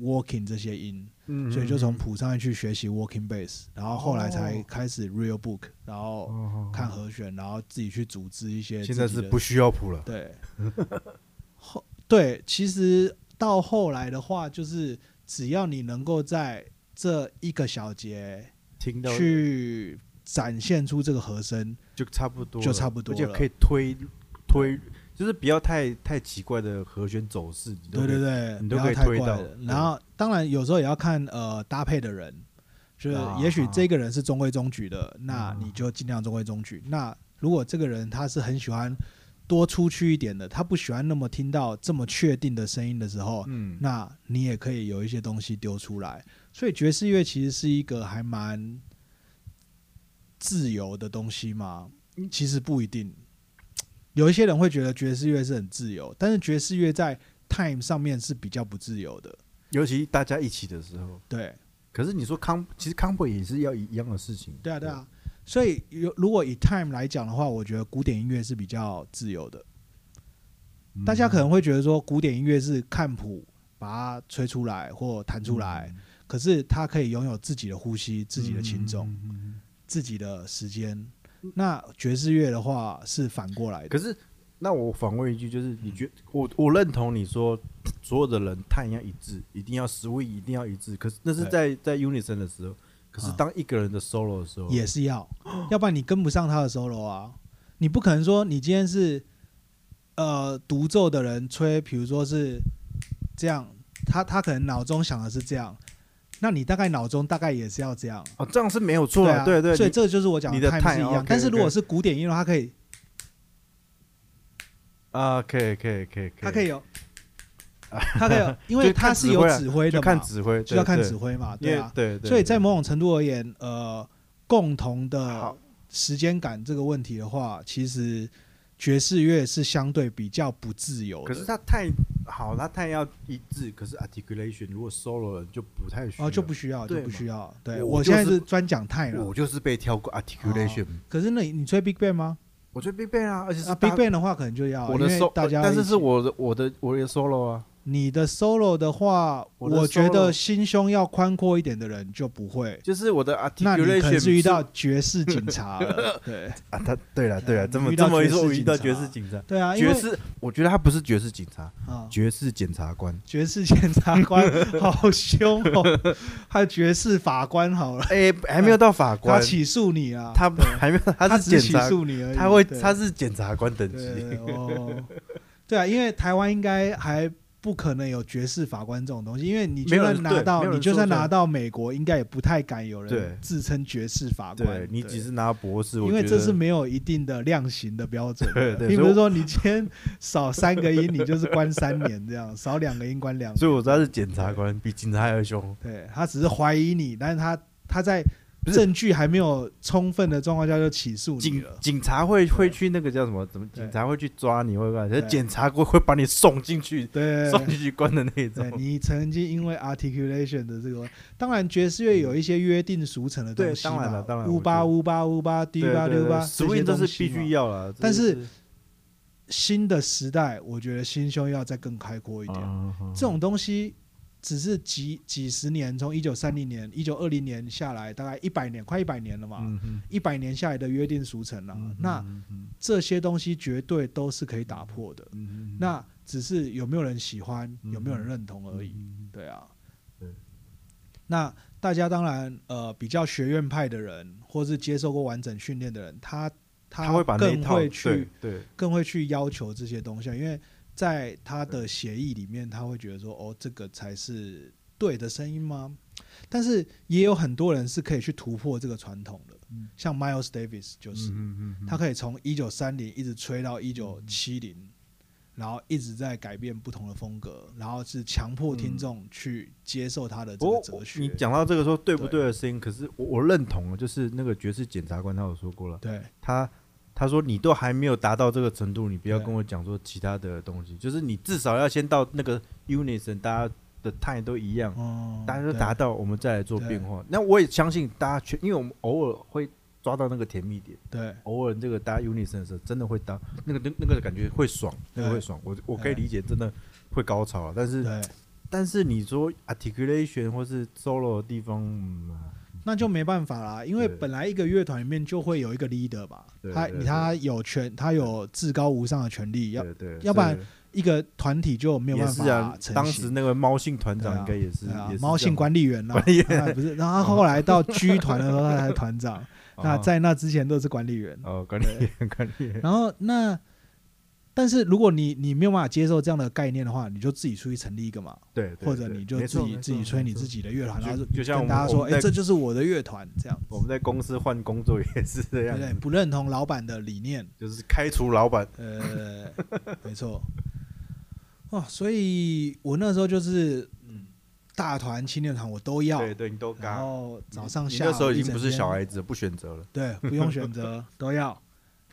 S1: working 这些音，
S2: 嗯
S1: 所以就从
S2: 嗯哦
S1: 谱上面去学习 working bass，然后后来才开始 real book，然
S2: 嗯
S1: 后
S2: 哦哦
S1: 看和弦，然后自己去组织一些自己
S2: 现
S1: 的。
S2: 在是不需要谱了，
S1: 对 后对，其实到后来的话，就是只要你能够在这一个小节
S2: 听到
S1: 去展现出这个和声，
S2: 就差不多了，
S1: 就差不多
S2: 而且
S1: 了
S2: 可以推推，就是不要太太奇怪的和弦走势，你都
S1: 对
S2: 可以
S1: 对对，
S2: 你
S1: 不
S2: 都
S1: 要
S2: 可以
S1: 太
S2: 推
S1: 怪
S2: 到
S1: 了
S2: 对
S1: 然后当然有时候也要看呃搭配的人，就是
S2: 啊
S1: 也许
S2: 啊
S1: 这个人是中规中矩的，那
S2: 啊
S1: 你就尽量中规中矩。那如果这个人他是很喜欢多出去一点的，他不喜欢那么听到这么确定的声音的时候，
S2: 嗯，
S1: 那你也可以有一些东西丢出来。所以爵士乐其实是一个还蛮自由的东西嘛，其实不一定。有一些人会觉得爵士乐是很自由，但是爵士乐在 time 上面是比较不自由的。
S2: 尤其大家一起的时候。
S1: 对，
S2: 可是你说康，其实康普也是要一样的事情。
S1: 对啊，对啊。所以有如果以 time 来讲的话，我觉得古典音乐是比较自由的。
S2: 嗯，
S1: 大家可能会觉得说，古典音乐是看谱把它吹出来或弹出
S2: 嗯
S1: 来，可是它可以拥有自己的呼吸、自己的轻重。
S2: 嗯。嗯嗯嗯
S1: 自己的时间。那爵士乐的话是反过来的，
S2: 可是，那我反问一句，就是你觉我我认同你说所有的人碳要一致，一定要十位，一定要一致。可是那是在在 unison 的时候，可是
S1: 啊
S2: 当一个人的 solo 的时候，
S1: 也是要，要不然你跟不上他的 solo 啊。你不可能说你今天是呃独奏的人吹，比如说是这样，他他可能脑中想的是这样，那你大概脑中大概也是要这样。
S2: 哦，这样是没有错
S1: 啊，
S2: 的，对对。
S1: 所以
S2: 你
S1: 这个就是我讲
S2: 你的
S1: time
S2: time，
S1: 是一样
S2: OK，OK，
S1: 但是如果是古典音乐，它可以
S2: 啊，可以可以可以，
S1: 它可以
S2: 以，
S1: 有，它可以有，因为
S2: 就看
S1: 它是
S2: 指
S1: 有
S2: 挥啊
S1: 指挥的
S2: 就
S1: 嘛，
S2: 看指挥，
S1: 就要看
S2: 对
S1: 指，挥嘛，
S2: 对
S1: 对
S2: 因
S1: 啊
S2: 为。对对。
S1: 所以在
S2: 对
S1: 某种程度而言，呃，共同的
S2: 好
S1: 时间感这个问题的话，其实爵士乐是相对比较不自由
S2: 可是
S1: 的，
S2: 他太好，他太要一致。可是 articulation 如果 solo 了就不太需要，
S1: 哦，就不需要，就
S2: 对
S1: 不
S2: 嘛
S1: 需要。对
S2: 我
S1: 我
S2: 就
S1: 现在
S2: 是
S1: 是专讲泰了哦
S2: 我。就是被挑过 articulation，、
S1: 可是那你你吹 Big Bang 吗？
S2: 我觉得 Big Bang 啊，而且是
S1: 啊
S2: 大
S1: ，Big Bang 的话可能就要，
S2: 我
S1: 啊因
S2: 的
S1: 为
S2: solo，
S1: 大家
S2: 但是
S1: 一起
S2: 是我的我的我的 solo 啊，
S1: 你的 solo 的话，
S2: 我的
S1: 我觉得
S2: solo
S1: 心胸要宽阔一点的人就不会。
S2: 就是我的
S1: 那你可
S2: articulation
S1: 能是 遇到爵士警察了，对
S2: 啊，他对了对
S1: 呃
S2: 了，这么
S1: 遇到
S2: 这么一
S1: 爵士
S2: 说，我遇到
S1: 警
S2: 爵
S1: 察
S2: 士警察，
S1: 对啊，因
S2: 爵
S1: 为
S2: 士，我觉得他不是爵士警察，
S1: 啊，
S2: 爵士检察官。
S1: 爵士检察 官好凶哦，还有爵士法官好了，
S2: 哎，还没有到法
S1: 嗯他
S2: 官，
S1: 起诉你啊，
S2: 他还没有，
S1: 他
S2: 他是
S1: 只
S2: 检
S1: 起
S2: 察，
S1: 诉你而已，
S2: 他会
S1: 对
S2: 他是检察官等
S1: 对对
S2: 级。
S1: 对哦，对啊，因为台湾应该还不可能有爵士法官这种东西，因为你
S2: 没
S1: 就
S2: 有人
S1: 算拿
S2: 对没
S1: 到
S2: 有
S1: 你
S2: 人
S1: 就算
S2: 说这
S1: 拿
S2: 样
S1: 到美国，应该也不太敢有
S2: 对
S1: 人自称爵士法官
S2: 对，你
S1: 对
S2: 只是拿博士，我
S1: 因为
S2: 觉
S1: 这
S2: 得
S1: 是没有一定的量刑的标准
S2: 对
S1: 的，
S2: 对
S1: 并
S2: 所以
S1: 不是
S2: 我
S1: 说你今天少三个音，你就是关三年这样，少两个音关两年。
S2: 所以我知道是检察官，比警察还要凶。
S1: 对他只是怀疑你，但是他他在
S2: 不是
S1: 证据还没有充分的状况下就起诉你
S2: 警
S1: 了。
S2: 警察会会去那个叫什么？怎么
S1: 对
S2: 警察会去抓你？会干嘛？
S1: 对
S2: 检察官会把你送进去，
S1: 对，
S2: 送进去关的那
S1: 对
S2: 种。
S1: 你曾经因为 articulation 的这个，当然爵士乐有一些约定俗成的东西
S2: 对
S1: 嘛，
S2: 当然了当然
S1: 乌巴
S2: 我觉
S1: 乌巴乌巴，滴
S2: 对
S1: 巴溜
S2: 对
S1: 巴，
S2: 对，
S1: 这
S2: 所以
S1: 些
S2: 这
S1: 东
S2: 是
S1: 西
S2: 必
S1: 嘛
S2: 须。要了。
S1: 但
S2: 这
S1: 是
S2: 个
S1: 新的时代，我觉得心胸要再更开阔一点。
S2: 嗯嗯嗯
S1: 这种东西只是几几十年，从一九三零年、一九二零年下来，大概一百年，快一百年了嘛。
S2: 嗯嗯
S1: 一百年下来的约定俗成了、
S2: 嗯
S1: 啊那
S2: 嗯嗯
S1: 这些东西绝对都是可以打破的。
S2: 嗯嗯嗯
S1: 那只是有没有人喜欢，
S2: 嗯
S1: 有没有人认同而已。
S2: 嗯
S1: 对啊，
S2: 对
S1: 那大家当然呃，比较学院派的人，或是接受过完整训练的人，他
S2: 他会把那一
S1: 更
S2: 套
S1: 会
S2: 对
S1: 去
S2: 对
S1: 更会去要求这些东西，因为在他的协议里面，他会觉得说，哦，这个才是对的声音吗？但是也有很多人是可以去突破这个传统的，
S2: 嗯
S1: 像 Miles Davis 就是，
S2: 嗯嗯
S1: 他可以从一九三零一直吹到一九七零，然后一直在改变不同的风格，然后是强迫听众去接受他的这
S2: 不
S1: 个
S2: 过
S1: 哲
S2: 我哦
S1: 学。
S2: 你讲到这个说对不
S1: 对
S2: 对的声音，可是我我认同了，啊就是那个爵士检察官他有说过了，
S1: 对
S2: 他他说你都还没有达到这个程度，你不要
S1: 对
S2: 跟我讲说其他的东西，就是你至少要先到那个 unison，大家的态都一样，
S1: 哦，
S2: 大家都
S1: 对
S2: 达到，我们再来做
S1: 对
S2: 变化。那我也相信大家全，因为我们偶尔会抓到那个甜蜜点，
S1: 对
S2: 偶尔这个大家 unison 的时候，真的会当那个那个感觉会爽，那个
S1: 对
S2: 会爽，我我可以
S1: 对
S2: 理解，真的会高潮啊，但是。
S1: 对，
S2: 但是你说 articulation 或是 solo 的地方，嗯啊
S1: 那就没办法啦，因为
S2: 对
S1: 本来一个乐团里面就会有一个 leader 吧，
S2: 对
S1: 他
S2: 对对
S1: 他有权，他有至高无上的权利，要
S2: 对对，
S1: 要不然
S2: 这个
S1: 一个团体就没有
S2: 也
S1: 办
S2: 是
S1: 法
S2: 啊。
S1: 成型。
S2: 当时那个猫姓团长应该也是
S1: 对啊
S2: 也，是
S1: 猫
S2: 这
S1: 姓
S2: 样
S1: 管理员啊，
S2: 管理员
S1: 他不是，然后他后 来到 G 团的时候，他才是团长，
S2: 哦
S1: 那在那之前都是管理员。
S2: 哦管理员管理员，
S1: 然后那，但是如果你你没有办法接受这样的概念的话，你就自己出去成立一个嘛，
S2: 对，对
S1: 或者
S2: 对
S1: 你就
S2: 没
S1: 自
S2: 错
S1: 己
S2: 没
S1: 自己
S2: 错
S1: 吹
S2: 没
S1: 你
S2: 错
S1: 自己的乐团，
S2: 就
S1: 然后
S2: 就像
S1: 跟
S2: 我们
S1: 大家说，
S2: 我们
S1: 哎，
S2: 在
S1: 这就是我的乐团，这样
S2: 我们在公司换工作也是这
S1: 对
S2: 样
S1: 不，对？不认同老板的理念，
S2: 就是开除老板，
S1: 呃，没错。哦，所以我那时候就是，嗯，大团、青年团我都要，
S2: 对对，你都
S1: 然
S2: 嘎。
S1: 后早
S2: 你
S1: 上
S2: 你
S1: 下午
S2: 那时候已
S1: 一
S2: 经不
S1: 整
S2: 是
S1: 天
S2: 小孩子，不选择了，
S1: 对，不用选择都要，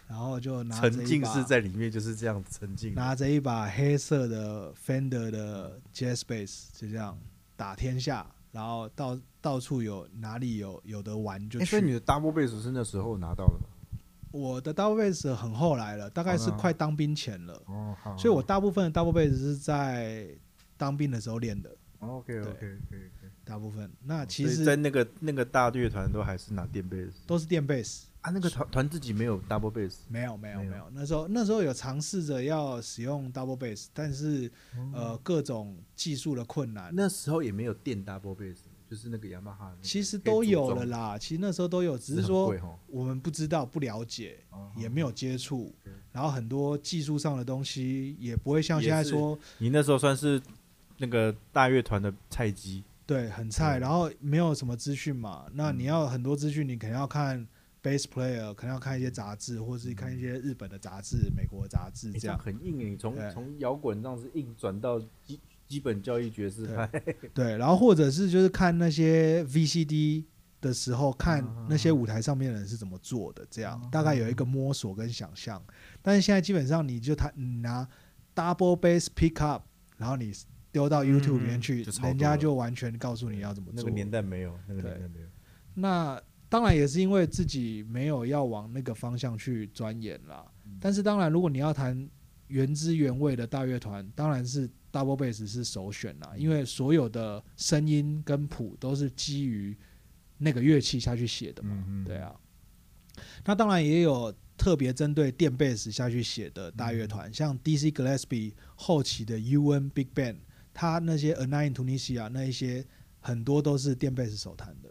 S1: 然后就拿着
S2: 沉
S1: 一
S2: 浸
S1: 把
S2: 式在里面就是这样沉浸。
S1: 拿着一把黑色的 Fender 的 Jazz Bass，就这样打天下，然后到到处有哪里有有的玩就
S2: 哎，所以你
S1: 去。
S2: 的 double bass 是那时候拿到的吗？
S1: 我的 double bass 很后来了，大概
S2: 好
S1: 是
S2: 的
S1: 快当兵前了，
S2: 哦，好
S1: 所以我大部分的 double bass 是在当兵的时候练的，
S2: OK OK OK。
S1: 大部分。那其
S2: 哦所以在
S1: 实
S2: 那个那个大乐团都还是拿电贝斯
S1: 都是电 bass，
S2: 啊，那个团团自己没有 double bass，
S1: 没有没有
S2: 没有
S1: 没有，那时候那时候有尝试着要使用 double bass，但是呃各种技术的困难，
S2: 哦那时候也没有电 double bass，就是那个雅马哈的那个可以组装，
S1: 其实都有了啦，其实那时候都有，
S2: 只
S1: 只是
S2: 很
S1: 说
S2: 贵哦吼
S1: 我们不知道、不了解，
S2: 哦
S1: 也没有接触
S2: 对，
S1: 然后很多技术上的东西也不会像
S2: 也
S1: 现在
S2: 是
S1: 说
S2: 你那时候算是那个大乐团的菜鸡，
S1: 对很菜，
S2: 对
S1: 然后没有什么资讯嘛，那你
S2: 嗯
S1: 要很多资讯，你可能要看 bass player，可能要看一些杂志，或是看一些日本的杂志、美国杂志
S2: 你
S1: 这
S2: 这
S1: 样
S2: 样。很硬耶，欸你从
S1: 对
S2: 从摇滚这样子硬转到基基本教育爵士派，
S1: 对，然后或者是就是看那些 VCD 的时候，看
S2: 嗯
S1: 那些舞台上面的人是怎么做的，这样大概有一个摸索跟想象。但是现在基本上你就他你拿 double bass pickup，然后你丢到 YouTube 里面去，
S2: 嗯就超多
S1: 人家
S2: 了
S1: 就完全告诉你要怎么
S2: 那
S1: 做。
S2: 个年代没有，那个
S1: 对
S2: 年代没有，
S1: 那当然也是因为自己没有要往那个方向去钻研啦。
S2: 嗯
S1: 但是当然，如果你要谈原汁原味的大乐团，当然是 double bass 是首选啦，因为所有的声音跟谱都是基于那个乐器下去写的嘛。
S2: 嗯嗯
S1: 对啊，那当然也有特别针对电贝斯下去写的大乐团，像 DC Gillespie 后期的 UN Big Band，他那些 a n i n Tunisia 那一些很多都是电贝斯手弹的。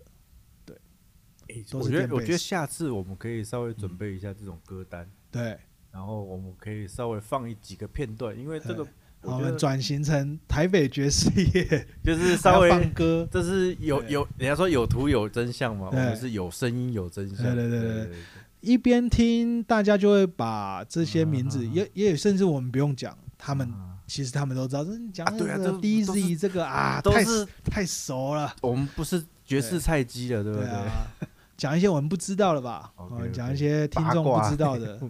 S2: 诶
S1: 都
S2: 我
S1: 是
S2: 觉
S1: 电
S2: 得我觉
S1: bass
S2: 得下次我们可以稍微准备一下这种歌单，
S1: 对，
S2: 然后我们可以稍微放一几个片段，因为这个
S1: 对
S2: 我
S1: 好我
S2: 觉
S1: 们
S2: 得
S1: 转型成台北爵士乐，
S2: 就是
S1: 还
S2: 稍
S1: 要
S2: 微
S1: 放歌。
S2: 这是有
S1: 对
S2: 有，人家说有图有真相嘛，我
S1: 对
S2: 们是有声音有真相。
S1: 对对对对
S2: 对
S1: 对一边听，大家就会把这些名字，
S2: 啊
S1: 也也有甚至我们不用讲，他们、
S2: 啊
S1: 其实他们都知道。这你讲
S2: 啊
S1: 那
S2: 对啊
S1: 个
S2: 都
S1: DZ 这个啊，
S2: 都
S1: 太
S2: 是
S1: 太熟了，
S2: 我们不是爵士菜鸡了，对不
S1: 对
S2: 对？
S1: 啊。讲一些我们不知道的吧，
S2: OK，OK
S1: 哦讲一些听众不知 道的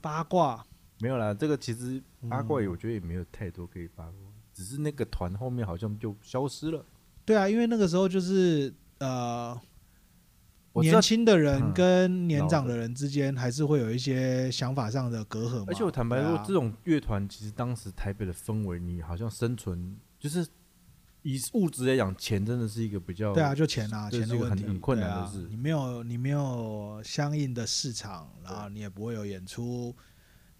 S1: 八卦。
S2: 没有啦，这个其实
S1: 嗯
S2: 八卦我觉得也没有太多可以八卦，只是那个团后面好像就消失了。
S1: 对啊，因为那个时候就是呃，
S2: 我知道
S1: 年，轻的人
S2: 嗯
S1: 跟年长
S2: 老
S1: 的
S2: 的
S1: 人之间还是会有一些想法上的隔阂嘛。
S2: 而且我坦白
S1: 对
S2: 说，
S1: 啊
S2: 这种乐团其实当时台北的氛围，你好像生存就是以物质来讲，钱真的是一个比较
S1: 对啊，就钱啊，
S2: 这
S1: 钱
S2: 是
S1: 的
S2: 一个
S1: 问
S2: 很
S1: 题
S2: 很困
S1: 对
S2: 难的
S1: 啊
S2: 事
S1: 你没有你没有相应的市场，然后你也不会有演出。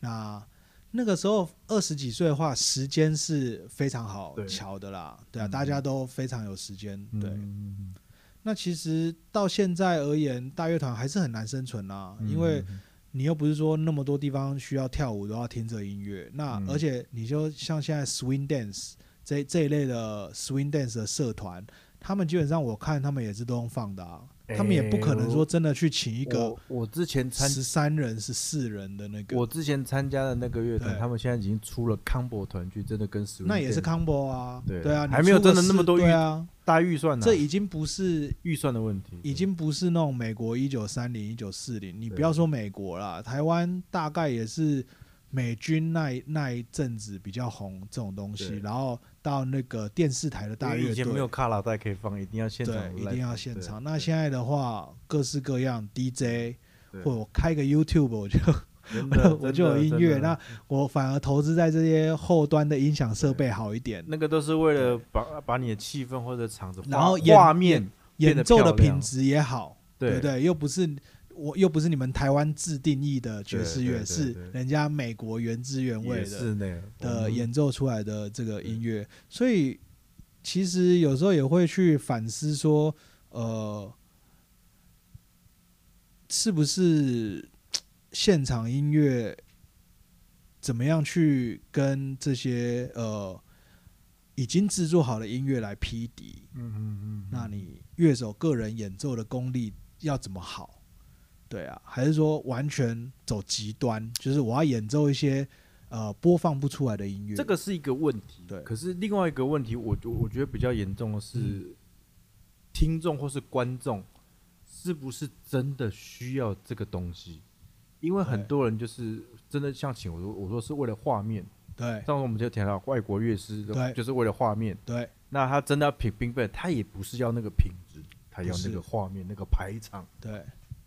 S1: 那那个时候二十几岁的话，时间是非常好
S2: 对
S1: 瞧的啦，对啊，
S2: 嗯
S1: 大家都非常有时间。对，
S2: 嗯
S1: 那其实到现在而言，大乐团还是很难生存啦，
S2: 嗯
S1: 因为你又不是说那么多地方需要跳舞都要听着音乐，那
S2: 嗯
S1: 而且你就像现在 swing dance 这这一类的 swing dance 的社团，他们基本上我看他们也是都用放的、啊，
S2: 哎
S1: 他们也不可能说真的去请一个
S2: 我我之前参
S1: 十三人、十四人的那个
S2: 我，之前参加的那个乐团，
S1: 对
S2: 他们现在已经出了康博团去，真的跟史
S1: 那也是 combo 啊，
S2: 对
S1: 啊，你
S2: 还没有
S1: 出个
S2: 真的那么多
S1: 四
S2: 预
S1: 对啊，
S2: 大预算呢、
S1: 这已经不是
S2: 预算的问题，
S1: 已经不是那种美国一九三零、一九四零，你
S2: 对
S1: 不要说美国啦，台湾大概也是美军那一那一阵子比较红这种东西，
S2: 对
S1: 然后到那个电视台的
S2: 因
S1: 大
S2: 为
S1: 乐
S2: 以前没有
S1: 队，
S2: 卡拉带可以放，一定要现场
S1: 对，一
S2: live
S1: 定要现场。
S2: 对
S1: 那现在的话，各式各样 DJ，
S2: 对
S1: 或者我开个 YouTube，我就
S2: 真
S1: 我
S2: 的
S1: 就我就有
S2: 真的
S1: 音乐，
S2: 真的
S1: 那我反而投资在这些后端的音响设备好一点，
S2: 那个都是为了把把你的气氛或者场子画，
S1: 然后演
S2: 画面变
S1: 演
S2: 得
S1: 奏的
S2: 漂亮
S1: 品质也好，对不
S2: 对
S1: 对？又不是我，又不是你们台湾自定义的爵士乐，
S2: 对对
S1: 是
S2: 对对
S1: 人家美国原汁原味
S2: 也
S1: 的
S2: 是那个
S1: 的
S2: 嗯
S1: 演奏出来的这个音乐，所以其实有时候也会去反思说，呃，是不是现场音乐怎么样去跟这些呃已经制作好的音乐来匹敌？
S2: 嗯嗯嗯，
S1: 那你乐手个人演奏的功力要怎么好？对啊，还是说完全走极端，就是我要演奏一些呃播放不出来的音乐？
S2: 这个是一个问题，
S1: 对
S2: 可是另外一个问题，我我我觉得比较严重的是，
S1: 嗯
S2: 听众或是观众是不是真的需要这个东西？因为很
S1: 对
S2: 多人就是真的像请我说，我说是为了画面。
S1: 对
S2: 上次我们就提到外国乐师
S1: 对，
S2: 就是为了画面。
S1: 对
S2: 那他真的要品冰贝，他也不是要那个品质，他要
S1: 不是
S2: 那个画面、那个排场。
S1: 对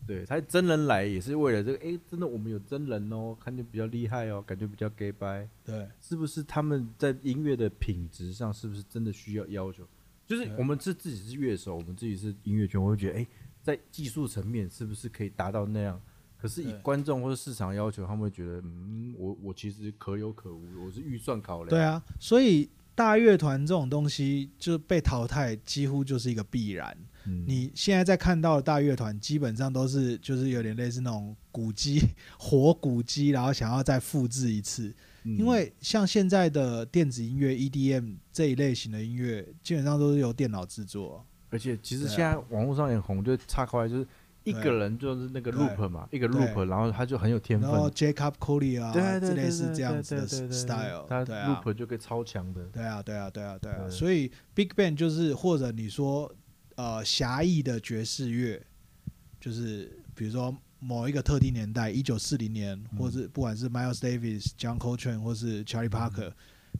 S2: 对他真人来也是为了这个，诶，真的我们有真人哦，看着比较厉害哦，感觉比较 gay 掰。
S1: 对
S2: 是不是他们在音乐的品质上是不是真的需要要求？就是
S1: 对
S2: 我们是自己是乐手，我们自己是音乐圈，我会觉得，哎、在技术层面是不是可以达到那样？可是以
S1: 对
S2: 观众或者市场要求，他们会觉得，嗯，我我其实可有可无，我是预算考量。
S1: 对啊！所以大乐团这种东西就被淘汰，几乎就是一个必然。
S2: 嗯，
S1: 你现在在看到的大乐团，基本上都是就是有点类似那种古迹 活古迹，然后想要再复制一次。
S2: 嗯
S1: 因为像现在的电子音乐 EDM 这一类型的音乐，基本上都是由电脑制作。
S2: 而且其实
S1: 对啊
S2: 现在网络上也红，就插块就是一
S1: 对
S2: 个人就是那个
S1: 对
S2: loop 嘛，一个
S1: 对
S2: loop，然后他就很有天
S1: 然
S2: 分，
S1: 后 Jacob Collier 啊，
S2: 对对
S1: 这
S2: 对
S1: 类
S2: 对
S1: 似
S2: 对
S1: 这样子的
S2: 对对对对
S1: style，
S2: 他
S1: 对啊，
S2: loop 就可以超强的，
S1: 对啊，对啊，对啊，对啊。
S2: 对
S1: 所以 Big Band 就是或者你说呃狭义的爵士乐，就是比如说某一个特定年代，一九四零年，
S2: 嗯
S1: 或是不管是 Miles Davis、John Coltrane 或是 Charlie Parker、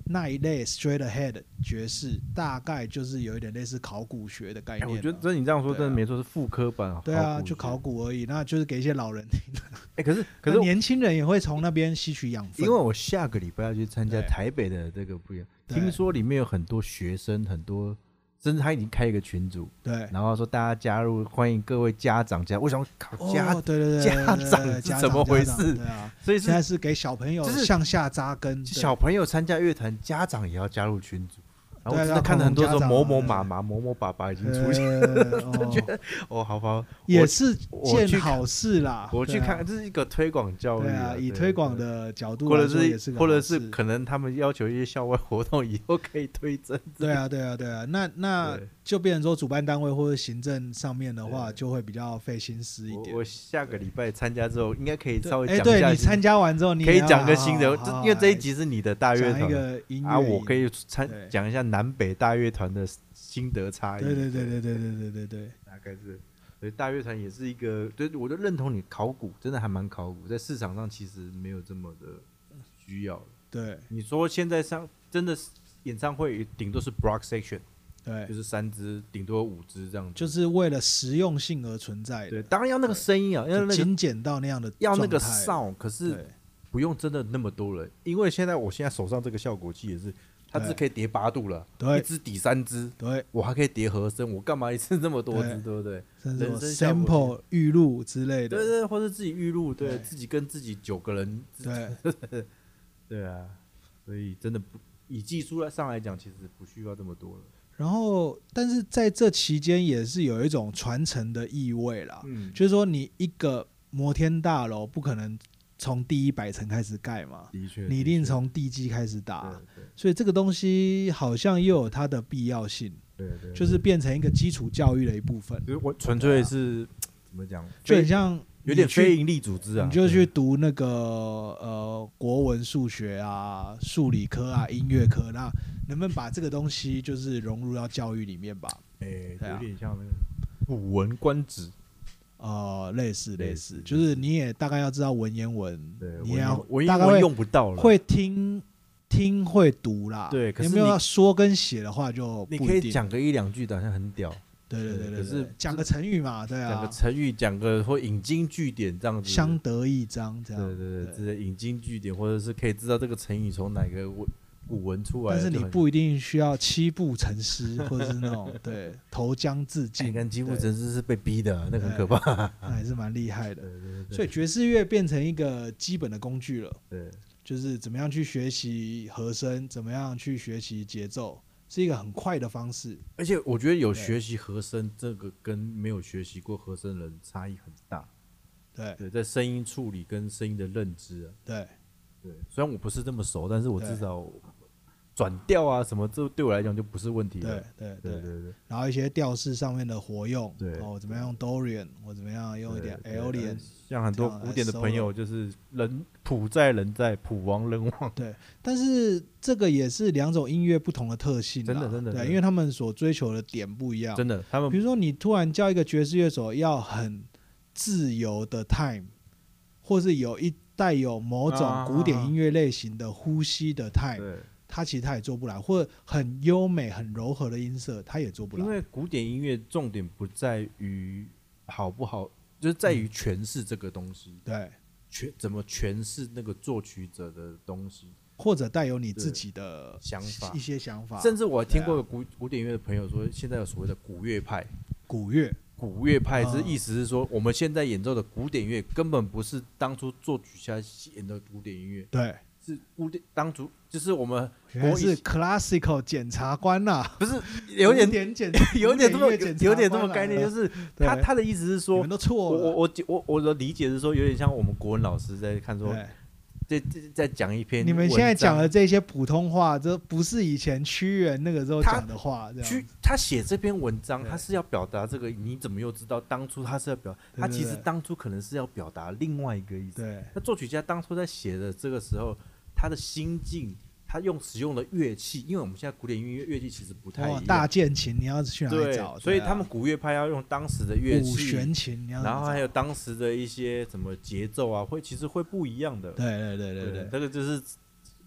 S1: 那一类 straight ahead 爵士，大概就是有一点类似考古学的概
S2: 哎、
S1: 念啊、
S2: 我觉得真你这样说
S1: 对啊
S2: 真的没错，是副科版。
S1: 对啊，
S2: 学
S1: 就考。古而已，那就是给一些老人听的。
S2: 哎、可是 可是
S1: 那
S2: 我，
S1: 年轻人也会从那边吸取养
S2: 因
S1: 分，啊
S2: 为我下个礼拜要去参加
S1: 对
S2: 台北的这个不一样，
S1: 对
S2: 听说里面有很多学生，很多甚至他已经开一个群组，
S1: 对
S2: 然后说大家加入，欢迎各位家长加入。我想考
S1: 哦
S2: 家，
S1: 对对对
S2: 家
S1: 对对对
S2: 长
S1: 对
S2: 是
S1: 家
S2: 怎么
S1: 家
S2: 回
S1: 长
S2: 事
S1: 对啊，
S2: 所以
S1: 现
S2: 是
S1: 在是给小朋友
S2: 就是
S1: 向下扎根，对
S2: 小朋友参加乐团，家长也要加入群组。然后
S1: 对
S2: 我真
S1: 啊
S2: 的看到很多说
S1: 恐龙
S2: 某
S1: 家长
S2: 某妈
S1: 啊
S2: 妈、某某爸爸已经出 现。
S1: 呃 哦
S2: 哦，好吧，
S1: 也是
S2: 我去
S1: 件好事啦。
S2: 我去
S1: 对啊
S2: 看，这是一个推广教育
S1: 对
S2: 啊
S1: 啊，，以
S2: 对
S1: 推广
S2: 对
S1: 的角度
S2: 或
S1: 来
S2: 者
S1: 说也
S2: 是
S1: 个
S2: 或者
S1: 好
S2: 是
S1: 事
S2: 可能他们要求一些校外活动以后可以推甄，
S1: 对啊，对啊，对啊，那那
S2: 对
S1: 就变成说主办单位或者行政上面的话，
S2: 对
S1: 就会比较费心思一
S2: 我
S1: 点
S2: 我。下个礼拜参加之后，应该可以
S1: 对
S2: 稍微
S1: 哎，
S2: 讲一
S1: 对
S2: 下
S1: 你
S2: 新，
S1: 参加完之后，你
S2: 可以
S1: 也要
S2: 讲个
S1: 好
S2: 新的，
S1: 好
S2: 这
S1: 好
S2: 因为这一
S1: 来
S2: 集是你的大乐
S1: 讲一
S2: 团
S1: 个音乐
S2: 啊，我可
S1: 营
S2: 以参
S1: 对
S2: 讲一下南北大乐团的心得差异。
S1: 对对对对对对对对对，
S2: 大概是。所以大乐团也是一个，对，我就认同你考古真的还蛮考古，在市场上其实没有这么的需要。
S1: 对
S2: 你说现在上真的是演唱会顶多是 block section，就
S1: 对，
S2: 是三支，顶多五支这样子。
S1: 就是为了实用性而存在的，
S2: 对，当然要那个声音啊，要
S1: 就
S2: 那个
S1: 精简到那样的
S2: 要那个
S1: 状态
S2: sound，可是
S1: 对
S2: 不用真的那么多人，因为现在我现在手上这个效果器也是，它
S1: 对
S2: 只可以叠八度了，
S1: 对
S2: 一支抵三支，
S1: 对，
S2: 我还可以叠和声，我干嘛一次那么多支，
S1: 对
S2: 对不对？
S1: 甚至有
S2: 人生效果
S1: sample 预录之类
S2: 对
S1: 的，
S2: 对，或者自己预录，对
S1: 对
S2: 自己跟自己九个人，
S1: 对
S2: 对啊，所以真的不以技术来上来讲，其实不需要这么多了。
S1: 然后，但是在这期间也是有一种传承的意味啦，
S2: 嗯，
S1: 啊就是说你一个摩天大楼不可能从第一百层开始盖嘛，
S2: 的确，
S1: 你
S2: 的
S1: 一定
S2: 确
S1: 从啊地基开始打，
S2: 对
S1: 所以这个东西好像又有它的必要性，
S2: 对对对，
S1: 就是啊变成一个基础教育的一部分，
S2: 就是我纯粹是怎么讲，
S1: 就很
S2: 非
S1: 像
S2: 有点
S1: 你去
S2: 非盈利组织啊，
S1: 你就
S2: 对
S1: 去读那个呃国文、数学啊、数理科啊、音乐科，那能不能把这个东西就是融入到教育里面吧？
S2: 哎、
S1: 对啊
S2: 有点像那个古文观止，
S1: 呃，类似
S2: 类
S1: 类
S2: 似
S1: 似，就是你也大概要知道文言文，
S2: 对，
S1: 你
S2: 文
S1: 也要
S2: 言文
S1: 大
S2: 言
S1: 概
S2: 文
S1: 会
S2: 用不到了，
S1: 会听听会读啦。
S2: 对可
S1: 有
S2: 是
S1: 没有
S2: 你
S1: 要说跟写的话就
S2: 你
S1: 不
S2: 可
S1: 一
S2: 以
S1: 定。
S2: 讲个一两句的，好像很屌，
S1: 对对对
S2: 对
S1: 对，
S2: 可是
S1: 对讲个成语嘛，对
S2: 讲
S1: 啊
S2: 个，成语，讲个或引经据典这样子，
S1: 相得益彰这
S2: 对
S1: 样。
S2: 对对，之类引经据典，或者是可以知道这个成语从哪个文古文出来的，
S1: 但是你
S2: 就很
S1: 不一定需要七步成诗， 或者是那 种对投江自
S2: 哎
S1: 尽，
S2: 看几乎
S1: 对哎
S2: 真是是被逼的，那个很可怕，
S1: 那还是蛮厉害的
S2: 对。对对，
S1: 所以爵士乐变成一个基本的工具了，
S2: 对
S1: 就是怎么样去学习和声，怎么样去学习节奏，是一个很快的方式。
S2: 而且我觉得有
S1: 对
S2: 学习和声这个跟没有学习过和声的人差异很大，
S1: 对
S2: 对，在声音处理跟声音的认知啊，
S1: 对
S2: 对，虽然我不是这么熟，但是我
S1: 对
S2: 至少转调啊什么，这对我来讲就不是问题了
S1: 对。对
S2: 对
S1: 对
S2: 对对，
S1: 然后一些调式上面的活用，
S2: 对
S1: 哦，我怎么样用 Dorian，我怎么样用一点
S2: 对对呃
S1: Alien，
S2: 像很多
S1: 这样来
S2: 古典的朋友，
S1: solo
S2: 就是人普在人在，普亡人亡。
S1: 但是这个也是两种音乐不同的特性啦，啊
S2: 真的真的真
S1: 对，
S2: 的
S1: 因为他们所追求的点不一样。
S2: 真的，他
S1: 比
S2: 们
S1: 如说你突然叫一个爵士乐手要很自由的 time，或是有一带有某种古典音乐类型的呼吸的 time，
S2: 啊对，
S1: 他其实他也做不来，或者很优美、很柔和的音色，他也做不
S2: 因
S1: 来。
S2: 为古典音乐重点不在于好不好，就是在
S1: 嗯
S2: 于诠释这个东西，
S1: 对，
S2: 诠怎么诠释那个作曲者的东西。
S1: 或者带有你自己的
S2: 想法
S1: 一些想法，
S2: 甚至我还听过
S1: 对啊
S2: 有古古典音乐的朋友说，现在有所谓的古乐派，
S1: 古乐。
S2: 古乐派是
S1: 啊
S2: 意思是说，我们现在演奏的古典乐根本不是当初作曲家演的古典音乐，
S1: 对，
S2: 是古典当初就是我们
S1: 原来
S2: 国
S1: 是
S2: 语
S1: classical 检察官呐、
S2: 不是有点，
S1: 点检
S2: 有点这么
S1: 古典乐检察
S2: 有点这么
S1: 官啊
S2: 概念，就是
S1: 对
S2: 他他的意思是
S1: 你
S2: 说
S1: 们，都
S2: 我
S1: 错了。
S2: 我我我我的理解是说，有点像我们国文老师在看说，在
S1: 对
S2: 在在讲一篇
S1: 哎你们现在
S2: 文章
S1: 讲的这些普通话，这不是以前屈原那个时候
S2: 他
S1: 讲的话，这
S2: 去
S1: 样
S2: 他写这篇文章，
S1: 对
S2: 他是要表达这个，你怎么又知道当初他是要表，
S1: 对
S2: 他
S1: 对
S2: 其实
S1: 对
S2: 当初可能是要表达另外一个意思。
S1: 对
S2: 那作曲家当初在写的这个时候，他的心境，他用使用的乐器，因为我们现在古典音乐乐器其实不太一
S1: 哇，
S2: 样，
S1: 大键琴你要去哪里
S2: 对
S1: 找？对，啊
S2: 所以他们古乐派要用当时的乐
S1: 五
S2: 器，
S1: 弦琴你要
S2: 然后还
S1: 有
S2: 有当时的一些什么节奏啊，会其实会不一样的。
S1: 对对对对对
S2: 这个就是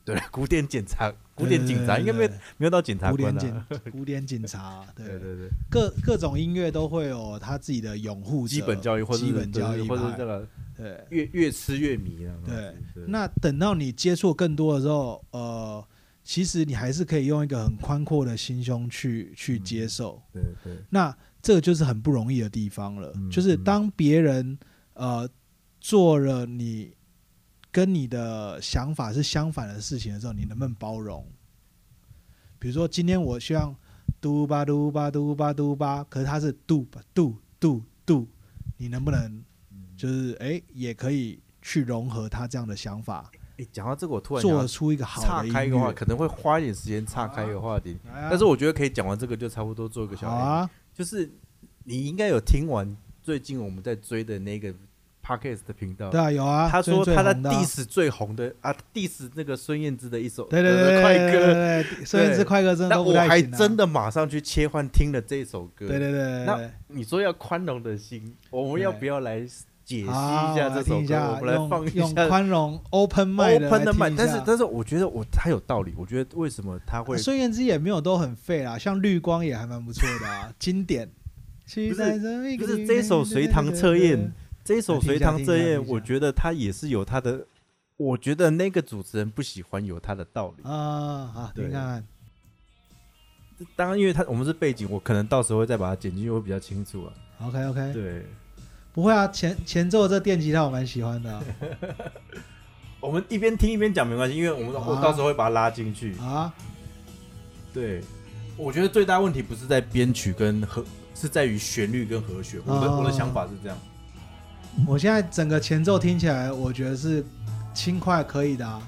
S2: 对古典检察、古典警察，应该没有
S1: 对对
S2: 没有到检察
S1: 古
S2: 官
S1: 典
S2: 啊。
S1: 警 古典警察，
S2: 对
S1: 对
S2: 对对，
S1: 各各种音乐都会有他自己的拥护者
S2: 基本教育或者
S1: 基
S2: 是
S1: 本教育
S2: 或者是
S1: 派
S2: 这个
S1: 对。
S2: 越越吃越迷了。
S1: 对，
S2: 那
S1: 那等到你接触更多的时候，呃，其实你还是可以用一个很宽阔的心胸去
S2: 嗯
S1: 去接受。
S2: 对对
S1: 那这个就是很不容易的地方了，
S2: 嗯
S1: 就是当别人呃做了你跟你的想法是相反的事情的时候，你能不能包容？比如说今天我希望嘟吧嘟吧嘟吧嘟吧，可是他是嘟吧嘟嘟嘟，你能不能就是哎、诶也可以去融合他这样的想法，
S2: 诶讲到这个，我突然想
S1: 做
S2: 要
S1: 出一个好
S2: 岔
S1: 的音
S2: 开一个话，
S1: 乐？
S2: 可能会花一点时间岔开一个话题，
S1: 来啊
S2: 但是我觉得可以讲完这个就差不多做一个小
S1: 好
S2: ending
S1: 啊，
S2: 就是你应该有听完最近我们在追的那个 podcast 的频道，
S1: 对啊，有啊。
S2: 呃他说
S1: 最
S2: 他在
S1: 最红的啊
S2: diss 最红的啊，diss 那个孙燕姿的一首
S1: 对对对对
S2: 呃
S1: 对
S2: 快
S1: 对对
S2: 歌，
S1: 对对，孙燕姿快歌真的
S2: 那
S1: 都不
S2: 我
S1: 太
S2: 还
S1: 行啊。
S2: 真的马上去切换听了这首歌。
S1: 对对对对
S2: 那
S1: 对
S2: 你说要宽容的心，我们
S1: 对
S2: 要不要来解析一
S1: 对，好，啊
S2: 下这首
S1: 听一
S2: 歌？
S1: 下，
S2: 我们来
S1: 用
S2: 放一
S1: 用
S2: 下
S1: 宽容 open mind 的
S2: open
S1: 来
S2: 的
S1: 听
S2: 慢，
S1: 一
S2: 但是
S1: 下啊
S2: 但是我觉得我他有道理，我觉得为什么他会
S1: 孙燕姿也没有都很废啦，像绿光也还蛮不错的啊，经典。不
S2: 不是不是这首隋唐测验，这首《隋唐测
S1: 听一下
S2: 验
S1: 听一》，下
S2: 我觉得他也是有他的，我觉得那个主持人不喜欢有他的道理。
S1: 啊，好，
S2: 对
S1: 听看看，
S2: 当然，因为他我们是背景，我可能到时候会再把它剪进去，会比较清楚啊。
S1: OK OK，
S2: 对，
S1: 不会啊，前前奏这电吉他我蛮喜欢 的啊
S2: 我们一边听一边讲没关系，因为我们
S1: 啊
S2: 我到时候会把它拉进去。
S1: 啊，
S2: 对，我觉得最大问题不是在编曲跟和，是在于旋律跟和弦。我的
S1: 哦
S2: 我的想法是这样。
S1: 我现在整个前奏听起来，我觉得是轻快可以的啊，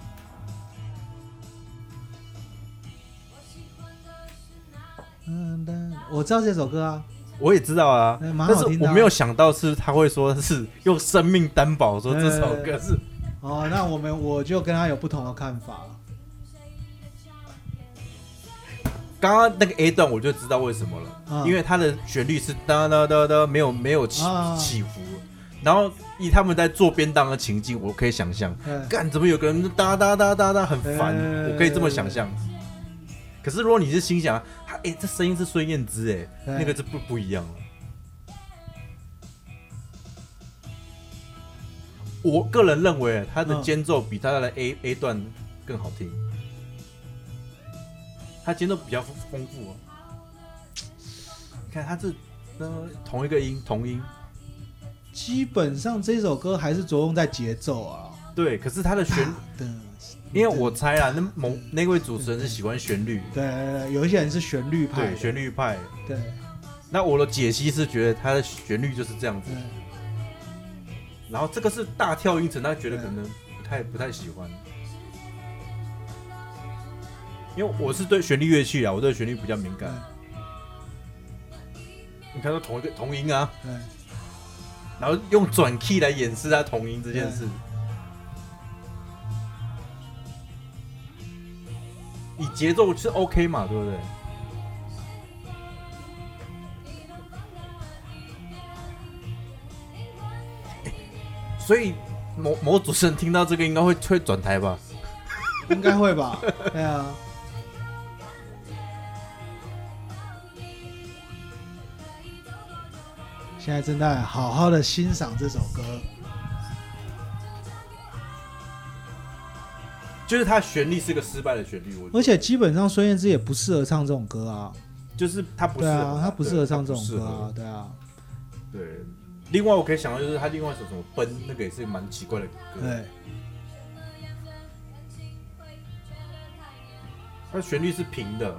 S1: 嗯，但我知道这首歌啊，
S2: 我也知道啊，
S1: 哎蛮
S2: 但
S1: 好
S2: 是
S1: 听的啊
S2: 我没有想到是他会说是用生命担保说这首歌是
S1: 哦，那我们我就跟他有不同的看法了，
S2: 刚刚那个 A 段我就知道为什么了，
S1: 嗯
S2: 因为它的旋律是哒哒哒哒，没有没有起、
S1: 啊
S2: 起伏，然后以他们在做便当的情境，我可以想象，
S1: 对，
S2: 干怎么有个人哒哒哒哒哒很烦，
S1: 哎
S2: 我可以这么想象。可是如果你是心想，他哎、这声音是孙燕姿哎，
S1: 对
S2: 那个就不不一样了。我个人认为，啊他的
S1: 嗯
S2: 间奏比他的 A、A 段更好听，他间奏比较丰丰富哦。你看，他这呃同一个音同音，
S1: 基本上这首歌还是着重在节奏啊，
S2: 对，可是他的 旋，
S1: 对，
S2: 啊因为我猜啊，那某那位主持人是喜欢旋律，
S1: 对对对，有一些人是旋律派
S2: 对
S1: 的，
S2: 旋律嗯派。
S1: 对
S2: 那我的解析是觉得它的旋律就是这样子
S1: 对，，
S2: 然后这个是大跳音程，他觉得可能不太不太喜欢，因为我是对旋律乐器啊，我对旋律比较敏
S1: 嗯
S2: 感。你看到同一个同音啊，
S1: 对
S2: 然后用转 key 来掩饰它同音这件事。以节奏是 OK 嘛，对不对？所以某某主持人听到这个应该会会转台吧？
S1: 对， 应该会吧？对啊，现在正在好好的欣赏这首歌，
S2: 就是它旋律是个失败的旋律，我觉得
S1: 而且基本上孙燕姿也不适合唱这种歌啊，
S2: 就是它不适
S1: 对
S2: 合，
S1: 啊，她不适合
S2: 对
S1: 唱这
S2: 它
S1: 种
S2: 不适
S1: 歌
S2: 合
S1: 啊，对啊，
S2: 对，另外我可以想到就是他另外一首什么奔，那个也是蛮奇怪的歌，
S1: 对，
S2: 它旋律是平的，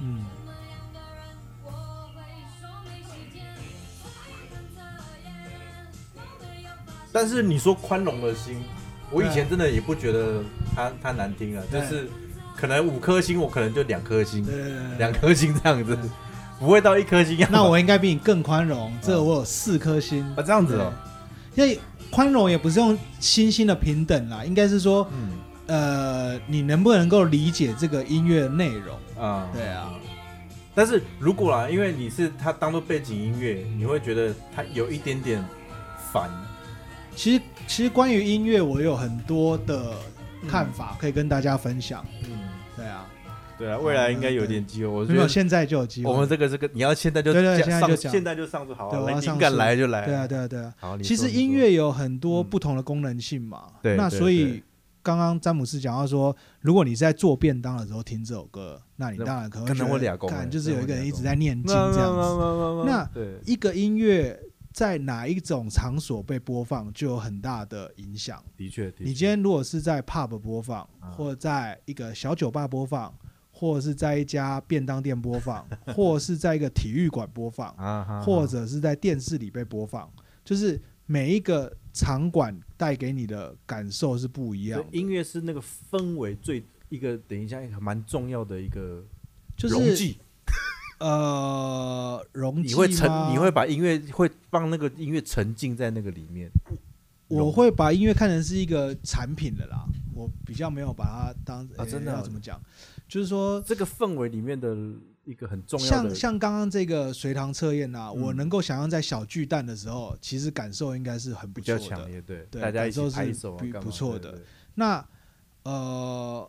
S1: 嗯，
S2: 但是你说宽容的心，我以
S1: 对
S2: 前真的也不觉得它它难听啊，就
S1: 对
S2: 是可能五颗星，我可能就两颗星
S1: 对，对对 对
S2: 两颗星这样子
S1: 对，
S2: 不会到一颗星要。
S1: 那我应该比你更宽容，这个我有四颗星。
S2: 啊这样子哦，
S1: 因为宽容也不是用星星的平等啦，应该是说，
S2: 嗯
S1: 呃，你能不能够理解这个音乐的内容？
S2: 啊，
S1: 对啊，
S2: 但是如果啦，因为你是它当做背景音乐，你会觉得它有一点点烦，
S1: 其实其实关于音乐，我有很多的看法可以跟大家分享。
S2: 嗯，
S1: 对啊，
S2: 对啊，未来应该有点机会，我觉
S1: 没有
S2: 得
S1: 现在就有机会。
S2: 我们这个这个，你要现在就
S1: 对对
S2: 讲
S1: 现在
S2: 上
S1: 就讲
S2: 现在就上就好啊
S1: 对
S2: 了，
S1: 我要
S2: 来
S1: 上
S2: 灵感
S1: 树
S2: 来就来。
S1: 对啊，对啊，对啊。
S2: 好，你说嗯
S1: 其实音，乐有很多不同的功能性嘛。
S2: 对
S1: 那
S2: 对
S1: 所
S2: 对
S1: 以刚刚詹姆斯讲到说，如果你在做便当的时候听这首歌，那你
S2: 那
S1: 当然可能
S2: 可
S1: 会
S2: 能
S1: 觉
S2: 会
S1: 得
S2: 俩公
S1: 干
S2: 欸
S1: 就是
S2: 可
S1: 有
S2: 能会
S1: 一个人
S2: 俩
S1: 一
S2: 公
S1: 直在念经
S2: 你说
S1: 这样子。
S2: 子
S1: 那
S2: 对
S1: 一个音乐在哪一种场所被播放，就有很大的影响。
S2: 的确，的确
S1: 你今天如果是在 pub 播放，
S2: 啊
S1: 或者在一个小酒吧播放，或者是在一家便当店 播放，或者是在一个体育馆播放，
S2: 啊哈
S1: 或者是在电视里被播放，就是每一个场馆带给你的感受是不一样
S2: 对
S1: 的。
S2: 音乐是那个氛围最一个，等一下一个蛮重要的一个
S1: 就
S2: 溶
S1: 是
S2: 剂
S1: 呃，容
S2: 你会
S1: 器
S2: 沉，
S1: 吗
S2: 你会把音乐会放那个音乐沉浸在那个里面。
S1: 我会把音乐看成是一个产品了啦，我比较没有把它当
S2: 啊
S1: 呃
S2: 真的哦
S1: 要怎么讲，就是说
S2: 这个氛围里面的一个很重要
S1: 像
S2: 的，
S1: 像刚刚这个隋唐测验啊，
S2: 嗯
S1: 我能够想象在小巨蛋的时候，其实感受应该是很不
S2: 比
S1: 错
S2: 较
S1: 的
S2: 强。烈，对，
S1: 对
S2: 大家一
S1: 感
S2: 起
S1: 受是
S2: 拍手啊，
S1: 比
S2: 干嘛
S1: 不错
S2: 对
S1: 的
S2: 对
S1: 那呃，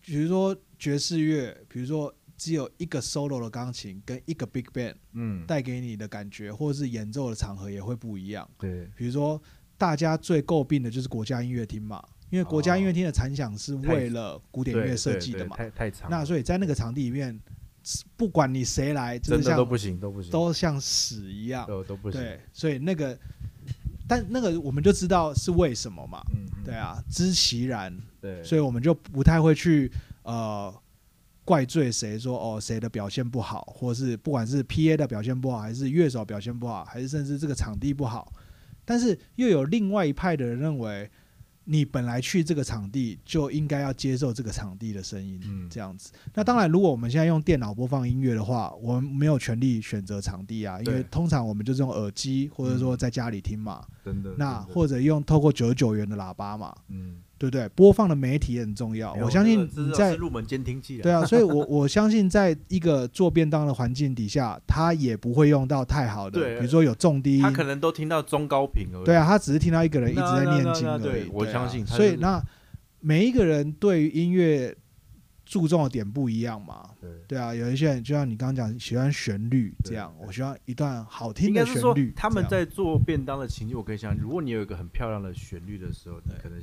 S1: 比如说爵士乐，比如说只有一个 solo 的钢琴跟一个 big band
S2: 嗯，
S1: 带给你的感觉，或者是演奏的场合也会不一样。
S2: 对，
S1: 比如说大家最诟病的就是国家音乐厅嘛，因为国家音乐厅的残响是为了古典音乐
S2: 哦对
S1: 设
S2: 对
S1: 计的
S2: 对
S1: 嘛，
S2: 太太长了，
S1: 那所以在那个场地里面，不管你谁来，就
S2: 真
S1: 是
S2: 的都
S1: 像
S2: 不行，都不行，
S1: 都像屎一样，
S2: 都都不行，
S1: 对，所以那个，但那个我们就知道是为什么嘛，
S2: 嗯，嗯
S1: 对啊，知其然，
S2: 对，
S1: 所以我们就不太会去呃怪罪谁说哦谁的表现不好，或是不管是 P A 的表现不好，还是乐手表现不好，还是甚至这个场地不好，但是又有另外一派的人认为，你本来去这个场地就应该要接受这个场地的声音，
S2: 嗯
S1: 这样子。那当然，如果我们现在用电脑播放音乐的话，我们没有权利选择场地啊，因
S2: 对
S1: 为通常我们就是用耳机或者说在家里听嘛，
S2: 真的，
S1: 那
S2: 真的
S1: 或者用透过九十九元的喇叭嘛。
S2: 嗯，
S1: 对不对？播放的媒体也很重要，
S2: 没有
S1: 我相信
S2: 这个
S1: 你
S2: 这
S1: 在
S2: 是入门监听器，
S1: 对，啊，所 以我我相信在一个做便当的环境底下，他也不会用到太好的，
S2: 对
S1: 比如说有重低
S2: 他
S1: 音，
S2: 可能都听到中高频而已，
S1: 对啊，他只是听到一个人一直在念经
S2: 那那那那
S1: 而已。
S2: 对我
S1: 啊
S2: 相信他
S1: 所以
S2: 就是
S1: 那每一个人对于音乐注重的点不一样嘛。
S2: 对，
S1: 对啊，有一些人就像你刚刚讲，喜欢旋律这样，
S2: 对
S1: 我喜欢一段好听
S2: 应
S1: 的
S2: 该是
S1: 旋
S2: 说
S1: 律。
S2: 他们
S1: 这样
S2: 在做便当的情境，我可以想，如果你有一个很漂亮的旋律的时候，你
S1: 对
S2: 可能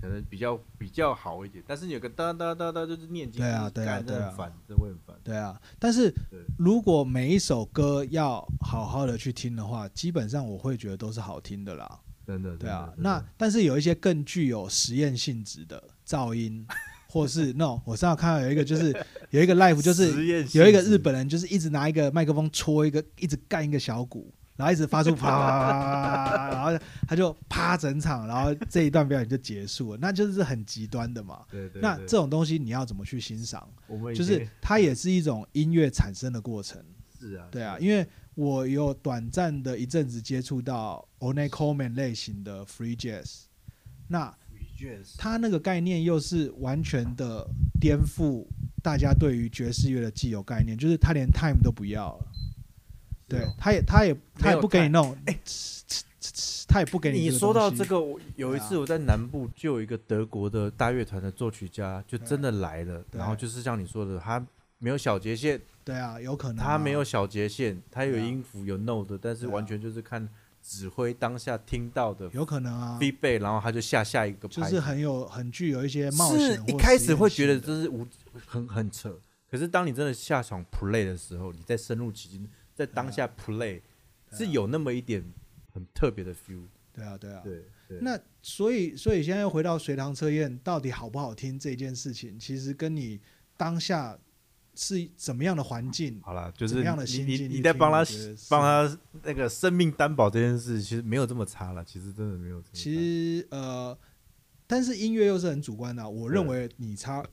S2: 可能比较比较好一点，但是你有个哒哒哒哒就是念经，
S1: 对啊
S2: 就是干这
S1: 对啊对啊
S2: 很烦，这会很烦，
S1: 对啊，但是
S2: 对
S1: 如果每一首歌要好好的去听的话，基本上我会觉得都是好听的啦。
S2: 真的，
S1: 对啊
S2: 真，的
S1: 那但是有一些更具有实验性质的噪音，或是那种我上次看到有一个就是有一个 live 就是
S2: 实验性质
S1: 有一个日本人就是一直拿一个麦克风戳一个，一直干一个小鼓，然后一直发出啪啪，然后他就啪整场，然后这一段表演就结束了，那就是很极端的嘛。
S2: 对对，
S1: 那
S2: 对
S1: 这种东西你要怎么去欣赏？
S2: 我们以
S1: 就
S2: 前
S1: 是它也是一种音乐产生的过程。
S2: 是啊，
S1: 对啊，
S2: 是
S1: 因为我有短暂的一阵子接触到 o n e Coleman 类型的 free jazz，那
S2: 的确是哦
S1: 它那个概念又是完全的颠覆大家对于爵士乐的既有概念，就是它连 time 都不要了，对，它也它也它也不给你弄，它也不给
S2: 哎你
S1: 这个
S2: 说到
S1: 东
S2: 这
S1: 西，
S2: 个，我有一次
S1: 对啊
S2: 我在南部就有一个德国的大乐团的作曲家，就
S1: 对
S2: 真的来了，
S1: 对
S2: 然后就是像你说的，他没有小节线，
S1: 对啊，有可能啊
S2: 他没有小节线，他有
S1: 对啊
S2: 音符有 note，但是
S1: 对啊
S2: 完全就是看指挥当下听到的
S1: 有可能啊，
S2: feedback，然后他就下下一个
S1: 就
S2: 拍
S1: 是
S2: 子。
S1: 很有很具有一些冒险
S2: 是
S1: 或
S2: 一开
S1: 实
S2: 始
S1: 验
S2: 会觉得
S1: 性的
S2: 这是无很很扯，可是当你真的下场 play 的时候，你在深入其境，在当下 play
S1: 对啊
S2: 是有那么一点很特别的 feel。
S1: 对啊对啊，
S2: 对对，
S1: 那所以，所以现在又回到隋唐测验到底好不好听这件事情，其实跟你当下是怎么样的环境，
S2: 好了，就
S1: 怎
S2: 是
S1: 么样的
S2: 你
S1: 心
S2: 你
S1: 境
S2: 你
S1: 去
S2: 在
S1: 听
S2: 帮
S1: 我
S2: 他
S1: 觉得是
S2: 帮他那个生命担保这件事，其实没有这么差了，其实真的没有这么差。
S1: 其实呃，但是音乐又是很主观的啊、我认为你差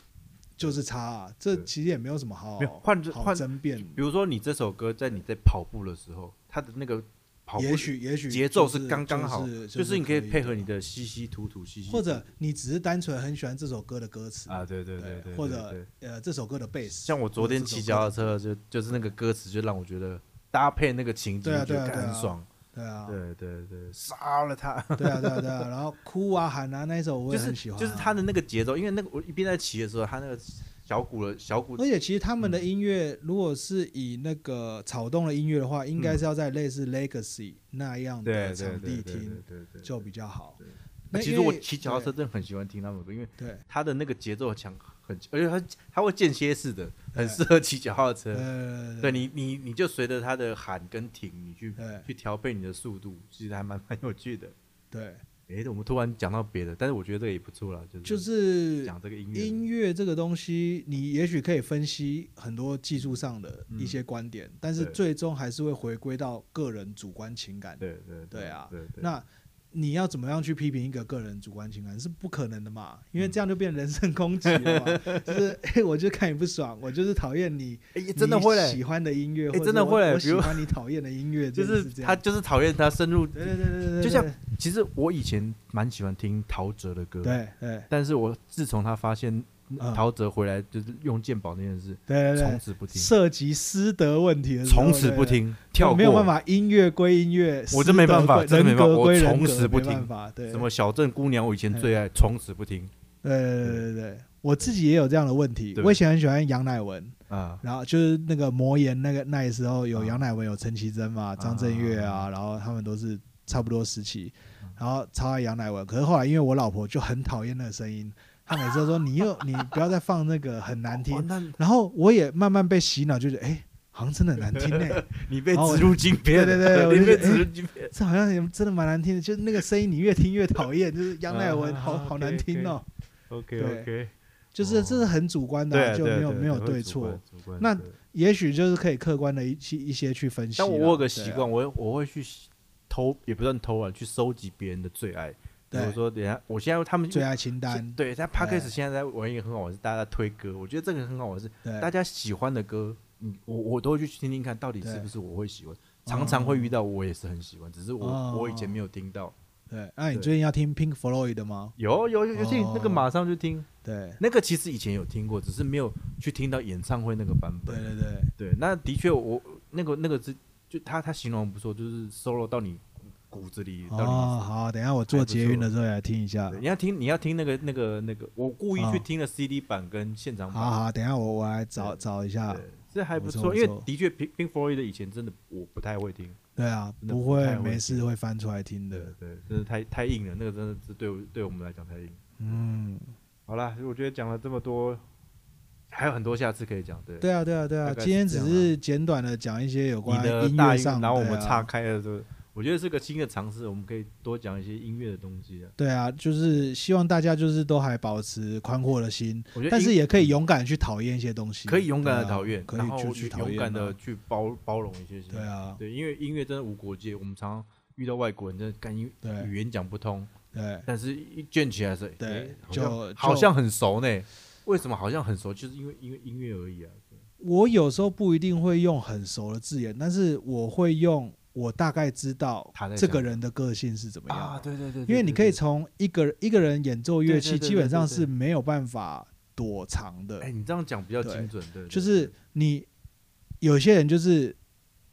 S1: 就是差啊，这
S2: 对
S1: 其实也没有什么好
S2: 没有换着
S1: 哦好
S2: 换
S1: 争辩。
S2: 比如说你这首歌在你在跑步的时候，它的那个跑步
S1: 也许也许
S2: 节奏
S1: 就是
S2: 刚刚好，
S1: 就是
S2: 就是你可以配合你
S1: 的，
S2: 的稀稀吐吐稀稀
S1: 或者你只是单纯很喜欢这首歌的歌词
S2: 啊，对对对对，
S1: 或
S2: 对
S1: 者
S2: 对
S1: 呃这首歌的贝斯，
S2: 像我昨天
S1: 或者这
S2: 骑
S1: 首
S2: 脚
S1: 歌
S2: 踏车，就就是那个歌词就让我觉得搭配那个情景，
S1: 对啊
S2: 我觉得
S1: 对啊
S2: 干
S1: 对
S2: 很
S1: 啊
S2: 爽。
S1: 对啊，
S2: 对对对，杀了他。
S1: 对啊，对啊，对啊，然后哭啊、喊啊那一首我
S2: 就
S1: 也
S2: 是
S1: 很喜欢、啊
S2: 就是他，的那个节奏，因为那个我一边在骑的时候，他那个小鼓的小鼓
S1: 而且其实他
S2: 嗯
S1: 们的音乐如果是以那个草动的音乐的话，应该是要在类似 Legacy 那样
S2: 嗯对对
S1: 的呃场
S2: 对对
S1: 地
S2: 对
S1: 听
S2: 对对。
S1: 就比较好
S2: 对。
S1: 那
S2: 其实
S1: 因
S2: 我
S1: 为
S2: 骑脚踏车真的很喜欢听他们的歌，因为
S1: 对
S2: 他的那个节奏很强，很而且他他会间歇式的，很
S1: 对
S2: 适合骑脚踏车
S1: 对。呃对
S2: 对你你你就随着他的喊跟停，你去
S1: 对
S2: 去调配你的速度，其实还蛮蛮有趣的。
S1: 对，
S2: 诶，我们突然讲到别的，但是我觉得这个也不错啦，就是
S1: 就
S2: 就是讲这个音乐
S1: 音乐这个东西，你也许可以分析很多技术上的一些观点，但是
S2: 嗯对
S1: 最终还是会回归到个人主观情感。
S2: 对对
S1: 对啊
S2: 对对。
S1: 那你要怎么样去批评一个个人主观情感是不可能的嘛，
S2: 嗯
S1: 因为这样就变人身攻击 了嘛。就是 哎、我就看你不爽，我就是讨厌你
S2: 哎、真的会
S1: 你
S2: 嘞
S1: 喜，欢的音乐，
S2: 哎
S1: 或者
S2: 真的
S1: 我
S2: 会嘞
S1: 我
S2: 比
S1: 喜
S2: 如
S1: 欢你讨厌的音乐，
S2: 就
S1: 真的
S2: 是
S1: 这
S2: 他
S1: 样。
S2: 就是讨厌他深入。
S1: 对对对对对对，
S2: 就像其实我以前蛮喜欢听陶喆的歌，
S1: 对对
S2: 但是我自从他发现
S1: 嗯
S2: 陶喆回来就是用鉴宝那件事，
S1: 对对
S2: 从
S1: 对，
S2: 此不听，
S1: 涉及师德问题的时候，
S2: 从此
S1: 对
S2: 不，
S1: 对
S2: 听，跳过
S1: 没有办，法，音乐归音乐，
S2: 我真没办法
S1: 师德
S2: 真的
S1: 归
S2: 没办法
S1: 人格归
S2: 我
S1: 人
S2: 从
S1: 格
S2: 此不
S1: 没办
S2: 听
S1: 法对
S2: 什么小镇姑娘，我以前最爱，从此不听
S1: 对对对对对，我自己也有这样的问题。
S2: 对
S1: 我以前很喜欢杨乃文，
S2: 啊。
S1: 然后就是那个魔岩那个那时候有
S2: 啊
S1: 杨乃文、有陈绮贞嘛、张震岳啊，然后他们都是差不多时期，然后超爱杨乃文。可是后来因为我老婆就很讨厌那个声音，她每次都说你又你不要再放那个很难
S2: 哇
S1: 听。
S2: 哦那
S1: 然后我也慢慢被洗脑，就觉得哎，好像真的很难听 哎、
S2: 你被
S1: 然后我
S2: 植入晶片了，
S1: 对对对我就
S2: 你
S1: 觉
S2: 被
S1: 得
S2: 植入晶片。
S1: 这好像也真的蛮难听的，就是那个声音你越听越讨厌，就是杨乃文
S2: 啊
S1: 好好难听哦。
S2: OK
S1: 对
S2: OK，
S1: 就是
S2: 哦
S1: 这是很主观的
S2: 对
S1: 啊、
S2: 啊
S1: 就
S2: 对啊
S1: 没有
S2: 对啊
S1: 没有
S2: 会
S1: 对
S2: 主
S1: 错。
S2: 观主观
S1: 那
S2: 对
S1: 也许就是可以客观的一些一些去分析啦。
S2: 但我有个
S1: 对啊
S2: 习惯，，我我会去偷，也不算偷啊，去收集别人的最爱。比
S1: 对
S2: 如说，等一下我现在他们
S1: 最爱清
S2: 是
S1: 单，
S2: 对，但
S1: 对
S2: Podcast 现在在玩一个很好玩，是大家在推歌。我觉得这个很好玩，是
S1: 对
S2: 大家喜欢的歌，嗯，我我都会去听听看，到底是
S1: 对
S2: 不是我会喜欢。常常会遇到，我也是很喜欢，只是我、
S1: 哦
S2: 我以前没有听到。
S1: 对。那你
S2: 对
S1: 最近要听 Pink Floyd 的吗？
S2: 有有有有听、那个
S1: 哦
S2: 马上就听，
S1: 对，
S2: 那个其实以前有听过，只是没有去听到演唱会那个版
S1: 对
S2: 本。
S1: 对对
S2: 对，那的确我那个那个是就他他形容得不错，就是 solo 到你骨子里，到你
S1: 哦，好，等一下我做捷运的时候也来听一下。
S2: 对你要听，你要听那个那个那个，我故意去
S1: 哦
S2: 听了 CD 版跟现场版，
S1: 好好，等一下我我来找
S2: 对
S1: 找一下
S2: 对。，这还不
S1: 不错
S2: 错，
S1: 不
S2: 因为
S1: 错
S2: 的确 Pink Pink Floyd 的以前真的我不太会听，
S1: 对啊，
S2: 真的
S1: 不
S2: 不太
S1: 会
S2: 会
S1: 没事
S2: 听
S1: 会翻出来听
S2: 对
S1: 的。
S2: 对，真的太太硬了，那个真的是对我对我们来讲太硬。
S1: 嗯，
S2: 好啦，我觉得讲了这么多，还有很多下次可以讲，对，
S1: 对啊对啊对啊，
S2: 大概是
S1: 今天只
S2: 这样啊
S1: 是简短的讲一些有
S2: 你
S1: 关
S2: 的
S1: 音
S2: 大
S1: 乐
S2: 音，
S1: 上，
S2: 然后我们
S1: 对啊
S2: 岔开了，对，我觉得是个新的尝试，我们可以多讲一些音乐的东西啊。
S1: 对啊，就是希望大家就是都还保持宽阔的心，
S2: 我觉得
S1: 但是
S2: 音
S1: 也可以勇敢去讨厌一些东西，
S2: 可以勇敢的
S1: 对啊
S2: 讨厌，
S1: 可
S2: 然
S1: 以
S2: 后
S1: 去去讨
S2: 勇敢
S1: 厌
S2: 的
S1: 啊，
S2: 去包包容一些事情
S1: 对。啊，
S2: 对，因为音乐真的无国界，我们常遇到外国人，真的干音
S1: 对
S2: 语言讲不通，
S1: 对
S2: 但是一卷起来是，
S1: 对
S2: 诶好
S1: 就
S2: 像
S1: 就
S2: 好像很熟呢。为什么好像很熟？就是因为因为音乐而已啊。
S1: 我有时候不一定会用很熟的字眼，但是我会用我大概知道
S2: 他在
S1: 这个
S2: 讲
S1: 人的个性是怎么样，
S2: 啊，对对对，
S1: 因为你可以
S2: 对，
S1: 从一个一个人演奏乐器，
S2: 对对对对
S1: 基本上
S2: 对对
S1: 是没有办法躲藏的
S2: 对哎，，你这样讲比较
S1: 对
S2: 精准，对，对
S1: 就是你有些人就是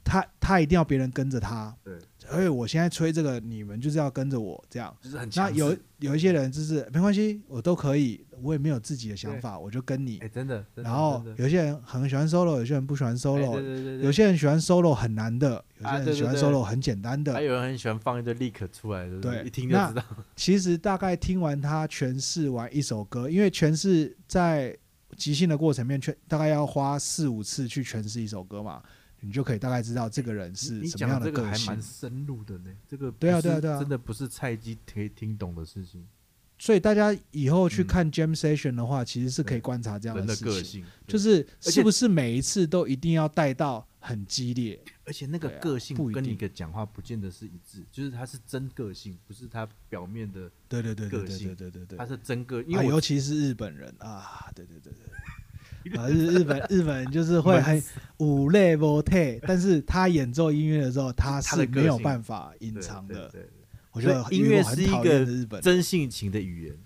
S1: 他他一定要别人跟着他，
S2: 对，
S1: 而且我现在吹这个，你们就是要跟着我这样。
S2: 就是很
S1: 那
S2: 强势
S1: 有有一些人就是没关系，我都可以，我也没有自己的想
S2: 对
S1: 法，我就跟你
S2: 哎，。真的，真的
S1: 然后
S2: 真的
S1: 有些人很喜欢 solo，有些人不喜欢
S2: 哎
S1: solo，
S2: 对对对对，
S1: 有些人喜欢 solo 很难的，有
S2: 啊
S1: 些
S2: 对
S1: 人
S2: 对
S1: 喜欢
S2: 对
S1: solo 很简单的。
S2: 还有人很喜欢放一堆 leak 出来的，
S1: 对
S2: 一听就
S1: 那
S2: 知道。
S1: 其实大概听完他诠释完一首歌，因为诠释在即兴的过程里面，诠大概要花四五次去诠释一首歌嘛，你就可以大概知道这个人是
S2: 你
S1: 什么样
S2: 讲
S1: 的
S2: 这个
S1: 个
S2: 还
S1: 性
S2: 蛮。深入的呢，这个
S1: 对啊
S2: 不是
S1: 对啊对啊
S2: 真的不是菜鸡可以听懂的事情，
S1: 所以大家以后去
S2: 嗯
S1: 看 jam session 的话，其实是可以观察这样
S2: 人的
S1: 事
S2: 个
S1: 情，
S2: 性，
S1: 就是
S2: 且
S1: 是是不是每一次都一定要带到很激烈？
S2: 而且那个
S1: 对啊
S2: 个性
S1: 不一
S2: 跟你
S1: 定
S2: 的讲话不见得是一致，就是他是真个性，不是他表面的，
S1: 对对对对
S2: 个
S1: 对
S2: 性
S1: 对对对对
S2: 他。是真个，因
S1: 啊，
S2: 为我
S1: 尤其是日本人啊，对对对 对，啊日日本日本人就是会很五类不退，但是他演奏音乐的时候，他
S2: 他的
S1: 是
S2: 个性
S1: 没有办法隐
S2: 对
S1: 藏
S2: 对
S1: 的。
S2: 对对
S1: 我觉得
S2: 所以音乐
S1: 因为我很讨厌的日本人，
S2: 真性情的语言，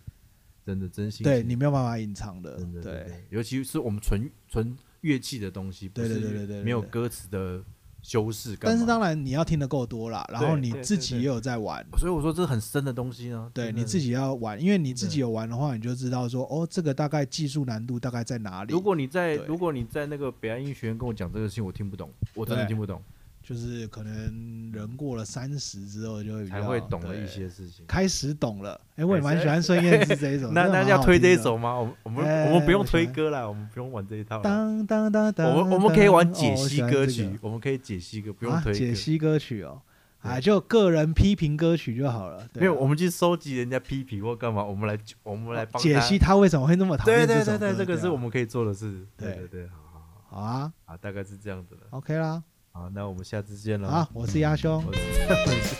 S2: 真的真性情，
S1: 对你没有办法隐藏的
S2: 真的，真
S1: 对
S2: 的，尤其是我们纯纯乐器的东西，不
S1: 对对
S2: 是
S1: 对对对对
S2: 没有
S1: 对
S2: 歌词的修饰干嘛，
S1: 但是当然你要听的够多啦，然后
S2: 对
S1: 你
S2: 对
S1: 自
S2: 对
S1: 己
S2: 对
S1: 也有在玩。
S2: 所以我说这很深的东西呢，
S1: 对，
S2: 真
S1: 你
S2: 的
S1: 自己要玩，因为你自
S2: 真的
S1: 己有玩的话，你就知道说，哦，这个大概技术难度大概在哪里。
S2: 如果你在
S1: 对
S2: 如果你在那个北安音乐学院跟我讲这个事情，我听不懂，我真的
S1: 对
S2: 听不懂，
S1: 就是可能人过了三十之后，就会比
S2: 才
S1: 较
S2: 会懂了
S1: 对
S2: 一些事情。
S1: 开始懂了。哎、我也蛮喜欢孙燕姿 这一首。
S2: 啊那
S1: 真的
S2: 那
S1: 蛮
S2: 要
S1: 好
S2: 推这一
S1: 听的
S2: 首。吗？我们我们
S1: 哎
S2: 我们不用
S1: 我喜
S2: 推
S1: 欢
S2: 歌啦，我们不用玩这一套啦。
S1: 当当当当，
S2: 我们我们可以玩解
S1: 哦我
S2: 析
S1: 喜欢
S2: 歌
S1: 这
S2: 曲
S1: 个，
S2: 我们可以解析歌，不用
S1: 啊
S2: 推
S1: 解
S2: 歌。
S1: 析歌曲哦，啊，
S2: 对
S1: 就个人批评歌曲就好了。对
S2: 没有，
S1: 啊
S2: 我们去收集人家批评或干嘛，我们来我们来帮
S1: 解
S2: 他
S1: 析。他为什么会那么讨
S2: 对
S1: 厌
S2: 对
S1: 首
S2: 对
S1: 歌。
S2: 对，这个
S1: 对啊
S2: 是我们可以做的事。对
S1: 对
S2: 对对，好好好
S1: 好啊
S2: 好，大概是这样子了。
S1: ，OK 啦，
S2: 好，那我们下次见了。哦
S1: 好，我是鸭兄，啊
S2: 我是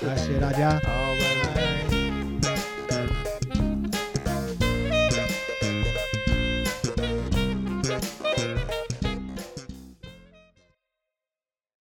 S2: 嗯
S1: 来谢谢大家。
S2: 好，拜拜。